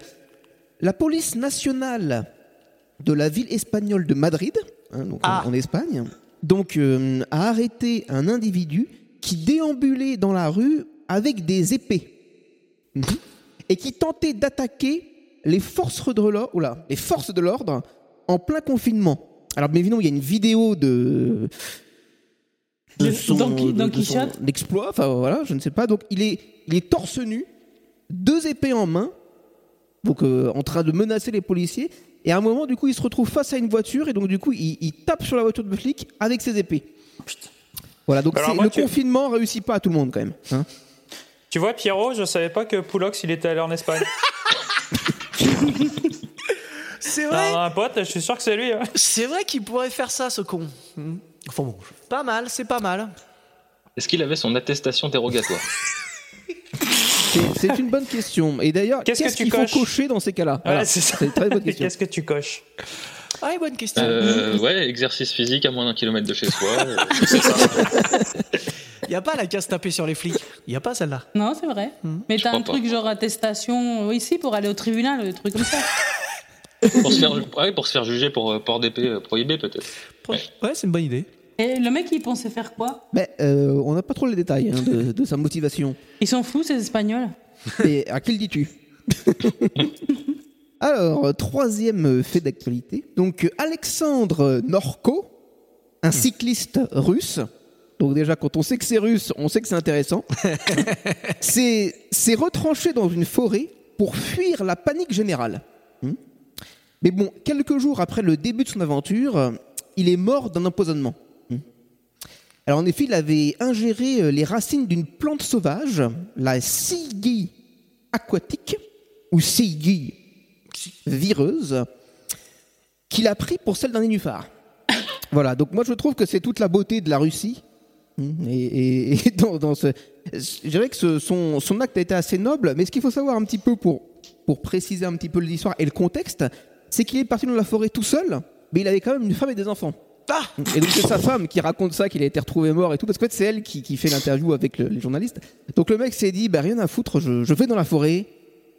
D: la police nationale de la ville espagnole de Madrid, hein, donc, en- en, Espagne, donc euh, a arrêté un individu qui déambulait dans la rue avec des épées Mhm. et qui tentait d'attaquer les forces de l'ordre, oula, les forces de l'ordre en plein confinement. Alors bien évidemment, il y a une vidéo de de
E: Le-
D: son-
E: Don Qui-
D: de-
E: Don
D: de son
E: Quichotte
D: exploit, enfin voilà, je ne sais pas. Donc il est, il est torse nu, deux épées en main, donc euh, en train de menacer les policiers. Et à un moment, du coup, il se retrouve face à une voiture et donc du coup, il, il tape sur la voiture de flic avec ses épées. Voilà, donc
H: Alors
D: c'est-
H: moi,
D: le
H: tu-
D: confinement réussit pas à tout le monde quand même. hein.
H: Tu vois, Pierrot, je savais pas que Poulox, il était allé en Espagne.
C: C'est
H: vrai Un pote, je suis sûr que c'est lui. hein.
C: C'est vrai qu'il pourrait faire ça, ce con. Hmm. Enfin bon, je- pas mal, c'est pas mal.
L: Est-ce qu'il avait son attestation dérogatoire
D: C'est- C'est une bonne question. Et d'ailleurs,
H: Qu'est-ce
D: qu'est-ce
H: que tu
D: qu'il faut
H: coches
D: cocher dans ces cas-là Voilà.
H: Ouais, c'est ça.
D: une très bonne question.
H: Qu'est-ce que tu coches
C: Ah, bonne question.
L: Euh, Ouais, exercice physique à moins d'un kilomètre de chez soi. euh,
C: Il y a pas la casse tapée sur les flics. Il y a pas celle-là.
E: Non, c'est vrai. Mais t'as
L: crois
E: un
L: pas.
E: truc genre attestation euh, ici pour aller au tribunal, des trucs comme ça.
L: pour, se faire, ouais, pour se faire juger pour euh, port d'épée euh, prohibé peut-être.
C: Ouais, c'est une bonne idée.
E: Et le mec, il pensait faire quoi
D: Mais euh, on n'a pas trop les détails hein, de, de sa motivation.
E: Ils sont fous, ces Espagnols.
D: Et à qui le dis-tu Alors, euh, troisième euh, fait d'actualité. Donc, euh, Alexandre Norko, un cycliste russe. Donc déjà, quand on sait que c'est russe, on sait que c'est intéressant. C'est s'est retranché dans une forêt pour fuir la panique générale. Hmm Mais bon, quelques jours après le début de son aventure, euh, il est mort d'un empoisonnement. Hmm. Alors en effet, il avait ingéré euh, les racines d'une plante sauvage, la sigui aquatique ou sigui vireuse, qu'il a pris pour celle d'un nénuphar. voilà, donc moi je trouve que c'est toute la beauté de la Russie. hein, Et, et- et dans, dans ce, je dirais que ce- son, son acte a été assez noble, mais ce qu'il faut savoir un petit peu pour, pour préciser un petit peu l'histoire et le contexte, c'est qu'il est parti dans la forêt tout seul, mais il avait quand même une femme et des enfants.
E: Ah
D: Et donc c'est sa femme qui raconte ça, qu'il a été retrouvé mort et tout, parce que en fait, c'est elle qui, qui fait l'interview avec le- les journalistes. Donc le mec s'est dit, bah, rien à foutre, je, je vais dans la forêt.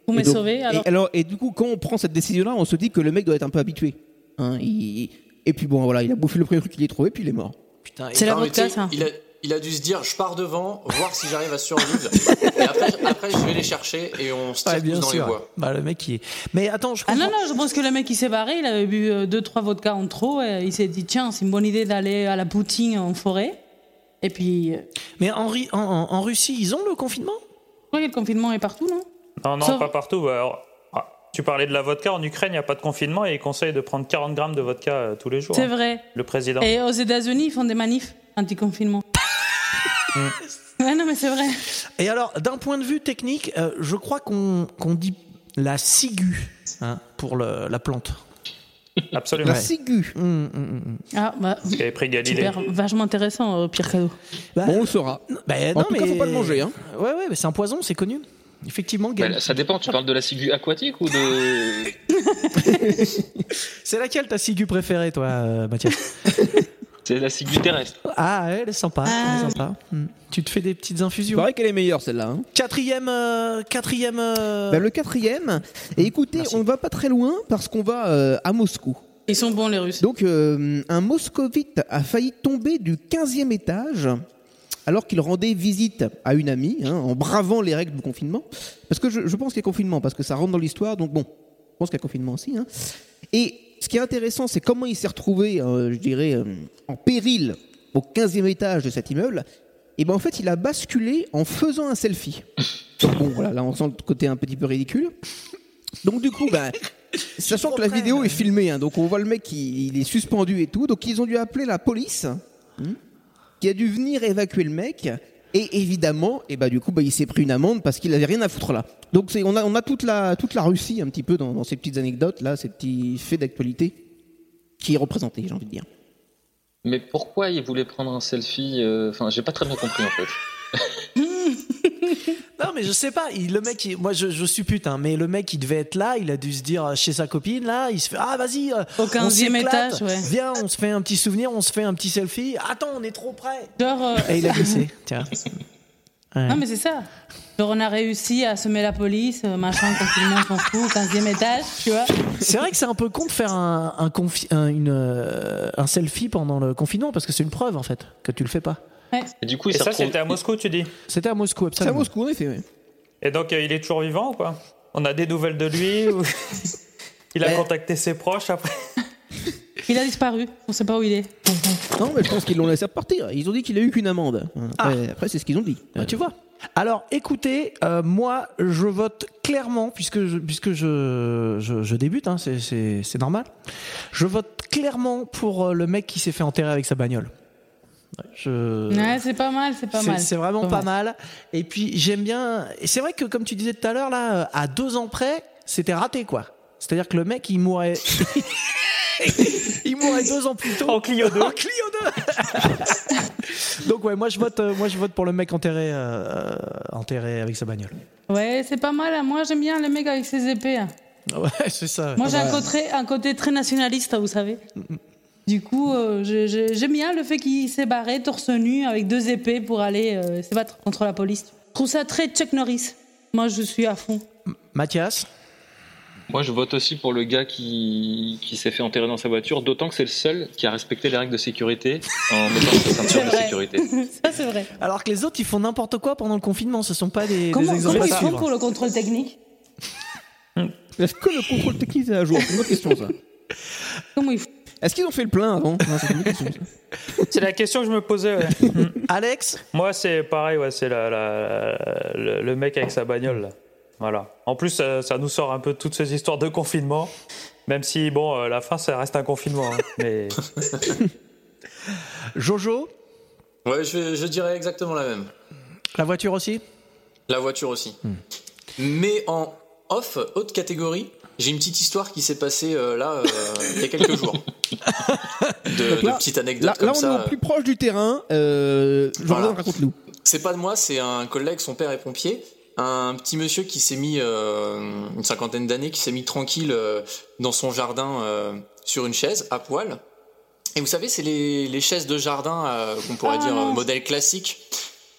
E: Vous
D: Et
E: m'avez
D: donc-
E: sauvé, alors-
D: Et, et du coup, quand on prend cette décision-là, on se dit que le mec doit être un peu habitué. Hein, il- et puis bon, voilà, il a bouffé le premier truc qu'il ait trouvé, puis il est mort.
J: Putain,
E: C'est
J: il-
E: la
J: non, mais
E: vodka,
J: tu sais,
E: ça.
J: Il a, il a dû se dire, je pars devant, voir si j'arrive à survivre. et après, après, je vais les chercher et on se tire
C: Ouais, bien
J: tous dans les
C: sûr.
J: bois.
C: Bah, le mec, il est. Mais attends, je
E: Ah
C: comprends.
E: non, non, je pense que le mec il s'est barré, il avait bu 2-3 vodkas en trop et il s'est dit tiens, c'est une bonne idée d'aller à la poutine en forêt. Et puis. euh,
C: Mais en, Ri- en- en- en Russie, ils ont le confinement
E: Je crois que le confinement est partout, non
H: Non, non,
E: Sauf-
H: pas partout. bah, alors, ah, tu parlais de la vodka. En Ukraine, il n'y a pas de confinement et ils conseillent de prendre 40 grammes de vodka euh, tous les jours.
E: C'est
H: hein,
E: vrai.
H: Le président.
E: Et aux États-Unis, ils font des manifs anti-confinement.
J: Hmm.
E: ouais, non, mais c'est vrai.
C: Et alors, d'un point de vue technique, euh, je crois qu'on qu'on dit la ciguë hein, pour le- la plante. Hum,
H: Absolument.
C: La ciguë.
E: Ah, bah.
H: J'avais pris Galilée.
E: Super, vachement intéressant, euh, Pierre Cadeau.
D: on le saura.
C: Bah, non,
D: en tout cas,
C: mais-
D: faut pas le manger. Hein. Bah,
C: Ouais, ouais, mais c'est un poison, c'est connu. Effectivement,
L: Mais
C: Gaël.
L: là, Bah, ça dépend, tu parles de la ciguë aquatique ou de.
C: C'est laquelle ta ciguë préférée, toi, euh, Mathias
L: C'est la ciguë terrestre.
C: Ah, elle est sympa. elle est sympa. Hmm. Tu te fais des petites
D: C'est
C: infusions.
D: vrai qu'elle est meilleure celle-là. hein.
C: Quatrième. euh, quatrième. euh,
D: Bah, le quatrième. Et écoutez, on ne va pas très loin parce qu'on va euh, à Moscou.
E: Ils sont bons, les Russes.
D: Donc, euh, un moscovite a failli tomber du 15e étage alors qu'il rendait visite à une amie hein, en bravant les règles du confinement. Parce que je, je pense qu'il y a confinement, parce que ça rentre dans l'histoire. Donc, bon, je pense qu'il y a confinement aussi. hein. Et ce qui est intéressant, c'est comment il s'est retrouvé, euh, je dirais, euh, en péril au 15e étage de cet immeuble. Et ben en fait, il a basculé en faisant un selfie. Donc, bon, voilà, là, on sent le côté un petit peu ridicule. Donc du coup, bah, sachant que la vidéo est filmée, hein, donc on voit le mec, il, il est suspendu et tout, donc ils ont dû appeler la police, hein, qui a dû venir évacuer le mec. Et évidemment, et bah du coup, bah, il s'est pris une amende parce qu'il avait rien à foutre là. Donc c'est, on a, on a toute la, toute la Russie un petit peu dans, dans ces petites anecdotes là, ces petits faits d'actualité qui est représenté, j'ai envie de dire.
L: Mais pourquoi il voulait prendre un selfie euh, Enfin, j'ai pas très bien compris en fait.
C: Non, mais je sais pas. Il, le mec, il- moi, je, je suppute, hein, mais le mec, il devait être là. Il a dû se dire euh, chez sa copine, là, il se fait Ah, vas-y, euh,
E: Au
C: on
E: 15e
C: s'éclate.
E: étage, ouais.
C: Viens, on se fait un petit souvenir, on se fait un petit selfie. Attends, on est trop près.
E: Genre, euh,
C: Et il a glissé, tiens. Ouais.
E: Non, mais c'est ça. Genre, on a réussi à semer la police, euh, machin, confinement, on s'en fout, 15 e étage, tu vois.
C: C'est vrai que c'est un peu con de faire un, un, confi- un- une, euh, un selfie pendant le confinement parce que c'est une preuve en fait que tu le fais pas.
L: Et du coup, il
H: Et
L: s'est
H: ça,
L: retrouvé-
H: c'était à Moscou, tu dis
C: C'était à Moscou,
D: C'est à
C: absolument.
D: Moscou, en effet. oui.
H: Et donc, euh, il est toujours vivant ou quoi On a des nouvelles de lui ou- Il a contacté ses proches après
E: Il a disparu, on sait pas où il est.
D: Non, mais je pense qu'ils l'ont laissé repartir. Ils ont dit qu'il a eu qu'une amende. Après, après, c'est ce qu'ils ont dit.
C: Bah, tu vois. Alors écoutez, euh, moi je vote clairement, puisque je, puisque je, je, je débute, hein, c'est- c'est c'est normal, je vote clairement pour euh, le mec qui s'est fait enterrer avec sa bagnole. Ouais, Je...
E: Ouais, c'est pas mal, c'est pas
C: C'est-
E: mal.
C: C'est vraiment pas mal. Et puis j'aime bien. Et c'est vrai que comme tu disais tout à l'heure là, euh, à deux ans près, c'était raté quoi. C'est-à-dire que le mec il mourrait. il mourrait deux ans plus tôt.
H: En Clio 2.
C: En Clio 2. Donc ouais, moi je vote, euh, moi je vote pour le mec enterré, euh, euh, enterré avec sa bagnole.
E: Ouais, c'est pas mal. hein. Moi, j'aime bien les mecs avec ses épées. hein.
C: Ouais, Mm, c'est ça.
E: Moi, j'ai un, côté, un côté très nationaliste, vous savez. Du coup, euh, je- je- j'aime bien le fait qu'il s'est barré torse nu avec deux épées pour aller euh, se battre contre la police. Je trouve ça très Chuck Norris. Moi, je suis à fond.
C: Mathias.
L: Moi, je vote aussi pour le gars qui, qui s'est fait enterrer dans sa voiture, d'autant que c'est le seul qui a respecté les règles de sécurité en mettant sa ceinture de sécurité.
E: ça, c'est vrai.
C: Alors que les autres ils font n'importe quoi pendant le confinement. Ce sont pas des,
E: Comment,
C: des exemples
E: comment ils
C: à
E: font
C: suivre.
E: pour le contrôle technique
D: Est-ce que le contrôle technique est à jour C'est une autre question, ça.
E: Comment ils font
D: Est-ce qu'ils ont fait le plein avant Non, c'est une autre question, ça.
H: C'est la question que je me posais. ouais.
C: Alex
H: Moi, c'est pareil, ouais, c'est la- la- le, le mec avec sa bagnole. là. Voilà. En plus, euh, ça, ça nous sort un peu toutes ces histoires de confinement. Même si, bon, euh, la fin, ça reste un confinement. hein. mais
C: Jojo
J: Ouais, je, je dirais exactement la même.
C: La voiture aussi
J: La voiture aussi.
D: Hmm.
J: Mais en off, haute catégorie, j'ai une petite histoire qui s'est passée euh, là euh, il y a quelques jours. De, de
D: Là-
J: petites anecdotes
D: Là,
J: comme
D: là, on
J: ça.
D: est au plus proche du terrain. Euh,
J: Voilà.
D: Jordan, raconte-nous.
J: C'est pas de moi, c'est un collègue, son père est pompier. Un petit monsieur qui s'est mis, euh, une cinquantaine d'années, qui s'est mis tranquille euh, dans son jardin euh, sur une chaise, à poil. Et vous savez, c'est les, les chaises de jardin, euh, qu'on pourrait
O: Ah
J: dire euh,
O: non.
J: modèle classique,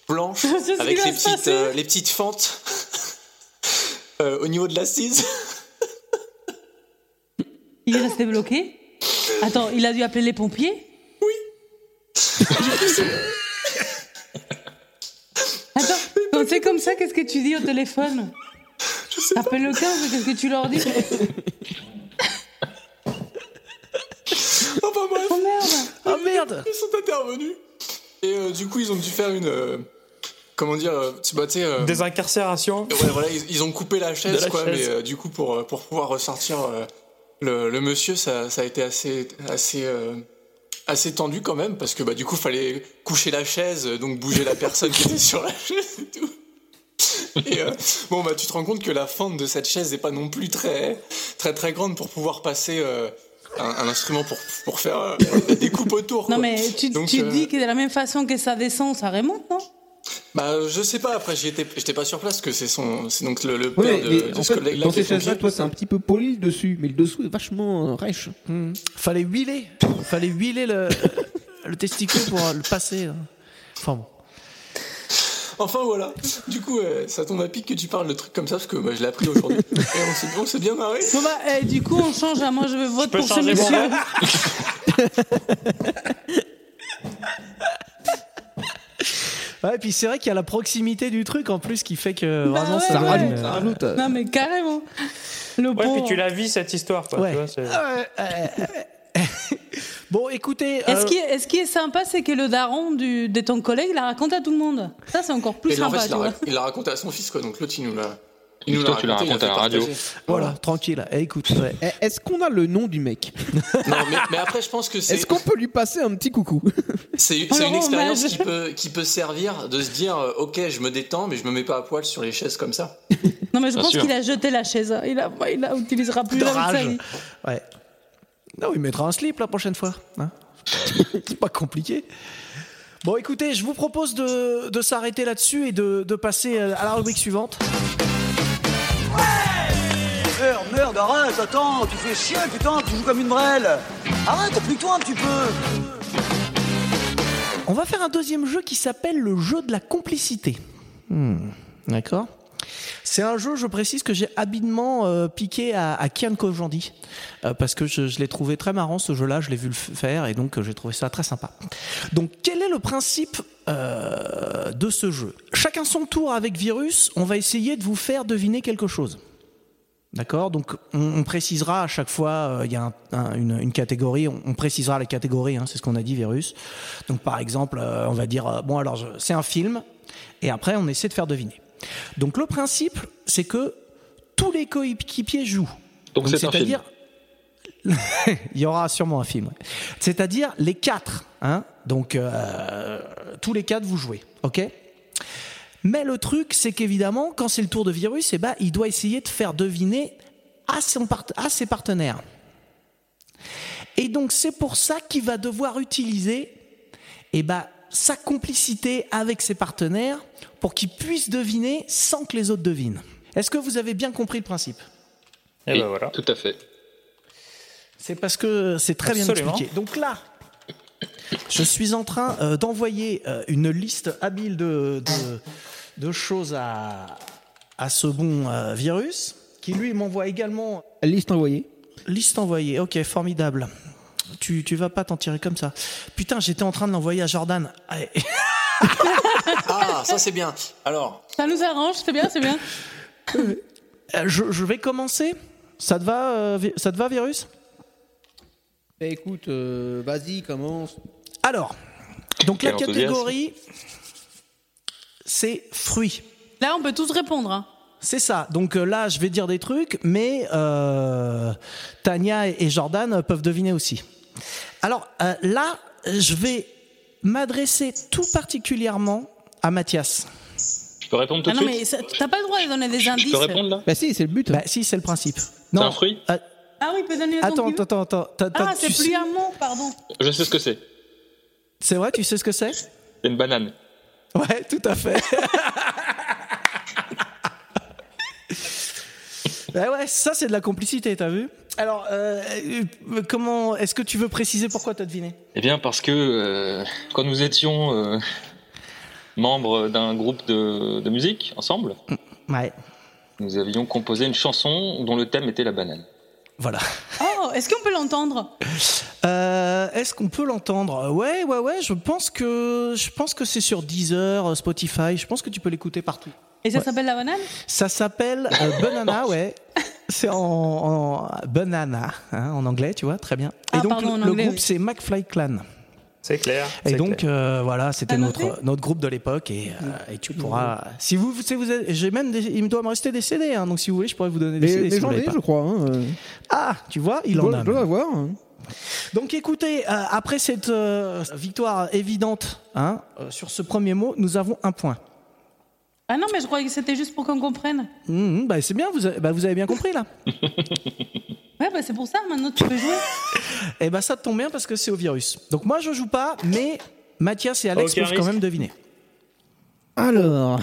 J: blanche,
O: Je sais ce
J: avec
O: qui va
J: les
O: se
J: petites,
O: passer.
J: euh, les petites fentes euh, au niveau de l'assise.
E: Il est resté bloqué
J: Euh.
E: Attends, il a dû appeler les pompiers Oui. Attends, quand c'est comme ça, qu'est-ce que tu dis au téléphone Appelle le 15, qu'est-ce que tu leur dis
J: Oh, bah, bref.
E: Oh merde
C: Oh merde
J: Ils sont intervenus Et euh, du coup, ils ont dû faire une. euh, comment dire euh, tu- bah, tu sais, euh,
H: Désincarcération.
J: Ouais, voilà, ils, ils ont coupé la chaise,
H: De la
J: quoi,
H: chaise.
J: mais euh, du coup, pour, euh, pour pouvoir ressortir euh, le, le monsieur, ça, ça a été assez, assez, euh, assez tendu quand même, parce que bah, du coup, fallait coucher la chaise, euh, donc bouger la personne qui était sur la chaise et tout. Et euh, bon, bah, tu te rends compte que la fente de cette chaise n'est pas non plus très, très, très grande pour pouvoir passer euh, un, un instrument pour, pour faire euh, des coupes autour.
E: Non
J: quoi.
E: mais tu,
J: Donc,
E: tu
J: euh,
E: dis que de la même façon que ça descend, ça remonte, non
J: Bah, je sais pas, après, j'y étais- j'étais pas sur place, parce que c'est son, c'est donc le, le
D: Ouais,
J: père
D: mais
J: de, de
D: en
J: ce
D: fait,
J: collègue-là
D: dans
J: qui est
D: ces chaises-là,
J: pompier.
D: toi, c'est un petit peu poli le dessus, mais le dessous est vachement euh, rêche.
C: Fallait huiler. Fallait huiler le, le testicule pour euh, le passer. euh. Enfin bon.
J: Enfin voilà. Du coup, euh, ça tombe à pic que tu parles de trucs comme ça parce que bah, je l'ai appris aujourd'hui. Et on s'est- on s'est bien marré.
E: Bon bah, eh, du coup, on change. hein. Moi, je vais vote
J: peux
E: pour ce
J: changer mon
E: monsieur.
J: vote
C: Ouais, et puis c'est vrai qu'il y a la proximité du truc en plus qui fait que
E: Bah
C: vraiment
E: ouais,
C: ça,
E: ouais.
C: rajoute,
E: Ça
D: rajoute.
E: Non mais carrément. Le
H: Ouais,
E: pauvre.
H: puis tu la vis cette histoire, quoi.
C: Ouais. Ah
H: tu vois, c'est-
C: Bon, écoutez.
E: Et ce
C: euh,
E: qui, est, ce qui est sympa, c'est que le daron du, de ton collègue la raconte à tout le monde. Ça, c'est encore plus
J: Et là, en
E: sympa,
J: fait, il
E: tu
J: l'a
E: vois.
J: rac- il l'a raconté à son fils, quoi. Donc l'autre, il nous l'a. Il nous
L: Toi, tu l'as
J: il
L: raconté
J: fait
L: à la radio.
J: partager.
C: Voilà, tranquille. Eh, écoute, ouais.
D: Eh, Est-ce qu'on a le nom du mec
J: Non, mais, mais après, je pense que c'est
D: Est-ce qu'on peut lui passer un petit coucou
J: c'est-
D: On
J: c'est
D: le
J: une
D: rend
J: expérience
D: hommage.
J: qui peut, qui peut servir de se dire euh, Ok, je me détends, mais je me mets pas à poil sur les chaises comme ça.
E: Non, mais je
J: Bien
E: pense
J: sûr.
E: qu'il a jeté la chaise. Il la il la utilisera plus
C: De
E: la
C: rage.
E: vie.
C: Ouais. Non, il mettra un slip la prochaine fois. hein. c'est pas compliqué. Bon, écoutez, je vous propose de, de s'arrêter là-dessus et de, de passer euh, à la rubrique suivante.
P: Meurs, meurs, arrête, attends, tu fais chier, putain, tu joues comme une brêle. Arrête, appuie-toi un petit peu.
C: On va faire un deuxième jeu qui s'appelle le jeu de la complicité. D'accord C'est un jeu, je précise, que j'ai habilement euh, piqué à, à Kian Kojandi, euh, parce que je, je l'ai trouvé très marrant ce jeu-là, je l'ai vu le f- faire, et donc euh, j'ai trouvé ça très sympa. Donc quel est le principe euh, de ce jeu Chacun son tour avec Virus, on va essayer de vous faire deviner quelque chose. D'accord Donc on, on précisera à chaque fois, euh, il y a un- un- une, une catégorie, on, on précisera les catégories, hein, c'est ce qu'on a dit, virus. Donc par exemple, euh, on va dire, euh, bon alors je- c'est un film, et après on essaie de faire deviner. Donc le principe, c'est que tous les coéquipiers jouent.
L: Donc, c'est un
C: c'est-à-dire- il y aura sûrement un film. ouais. C'est-à-dire les quatre, hein donc euh, tous les quatre vous jouez, ok mais le truc, c'est qu'évidemment, quand c'est le tour de virus, eh ben, il doit essayer de faire deviner à, son part- à ses partenaires. Et donc, c'est pour ça qu'il va devoir utiliser eh ben, sa complicité avec ses partenaires pour qu'ils puissent deviner sans que les autres devinent. Est-ce que vous avez bien compris le principe
H: Et ben voilà.
L: Tout à fait.
C: C'est parce que c'est très bien
L: Absolument.
C: expliqué. Donc là, je suis en train euh, d'envoyer euh, une liste habile de, de, de choses à, à ce bon euh, virus, qui lui m'envoie également...
D: Liste envoyée.
C: Liste envoyée, ok, formidable. Tu, tu vas pas t'en tirer comme ça. Putain, j'étais en train de l'envoyer à Jordan. Allez.
J: Ah, ça c'est bien. Alors,
E: Ça nous arrange, c'est bien, c'est bien.
C: Euh, je, je vais commencer. Ça te va, euh, vi- ça te va virus
D: Bah écoute, euh, vas-y, commence.
C: Alors, donc la
D: Quel enthousiasme.
C: catégorie, c'est fruits.
E: Là, on peut tous répondre. hein.
C: C'est ça. Donc euh, là, je vais dire des trucs, mais euh, Tania et et Jordan euh, peuvent deviner aussi. Alors euh, là, je vais m'adresser tout particulièrement à Mathias.
L: Je peux répondre tout
E: Ah
L: de
E: non,
L: suite
E: mais ça- t'as pas le droit de donner des indices.
C: Bah si, c'est le but. Bah si, c'est le principe. Non.
L: un fruit
C: Ah,
E: Ah oui, il peut donner le
C: Attends,
E: nom qu'il
C: attends,
E: veut.
C: attends, attends. t'as-
E: Ah,
C: t'as-
E: c'est
C: tu sais-
E: plus un mot, pardon.
L: Je sais ce que c'est.
C: C'est vrai, tu sais ce que c'est
L: C'est une banane.
C: Ouais, tout à fait. Bah ouais, ça c'est de la complicité, t'as vu Alors, euh, euh, comment est-ce que tu veux préciser pourquoi t'as deviné
L: Eh bien, parce que euh, quand nous étions euh, membres d'un groupe de, de musique ensemble,
C: Ouais.
L: nous avions composé une chanson dont le thème était la banane.
C: Voilà.
E: Oh, est-ce qu'on peut l'entendre
C: Euh, Est-ce qu'on peut l'entendre Ouais, ouais, ouais. Je pense que je pense que c'est sur Deezer, euh, Spotify. Je pense que tu peux l'écouter partout.
E: Et ça
C: Ouais.
E: s'appelle la banane
C: Ça s'appelle euh, Banana, ouais. C'est en, en banana hein, en anglais, tu vois, très bien. Et donc
E: Ah, pardon, en
C: le, le
E: anglais,
C: groupe
E: oui.
C: c'est McFly Clan.
H: C'est clair.
C: Et
H: c'est
C: donc
H: clair.
C: euh, voilà, c'était
H: T'as noté
C: notre notre groupe de l'époque et, euh, et tu pourras si vous si vous avez- j'ai même des- il me doit me rester des CD hein, donc si vous voulez je pourrais vous donner des
D: Mais,
C: CD
D: mais
C: si vous
D: j'en
C: l'avez
D: ai,
C: pas.
D: je crois. hein, euh.
C: Ah, tu vois, il
D: Je
C: en
D: dois-
C: a.
D: je dois
C: même.
D: l'avoir, hein.
C: Donc écoutez, euh, après cette euh, victoire évidente hein, euh, sur ce premier mot, nous avons un point.
E: Ah non, mais je croyais que c'était juste pour qu'on comprenne.
C: Hum, hum, bah, c'est bien, vous avez, bah, vous avez bien compris là.
E: Ouais, bah c'est pour ça, maintenant tu peux jouer.
C: Et bah ça tombe bien parce que c'est au virus. Donc moi je joue pas, mais Mathias et Alex
D: Aucun
C: peuvent quand
D: risque.
C: même deviner.
D: Alors,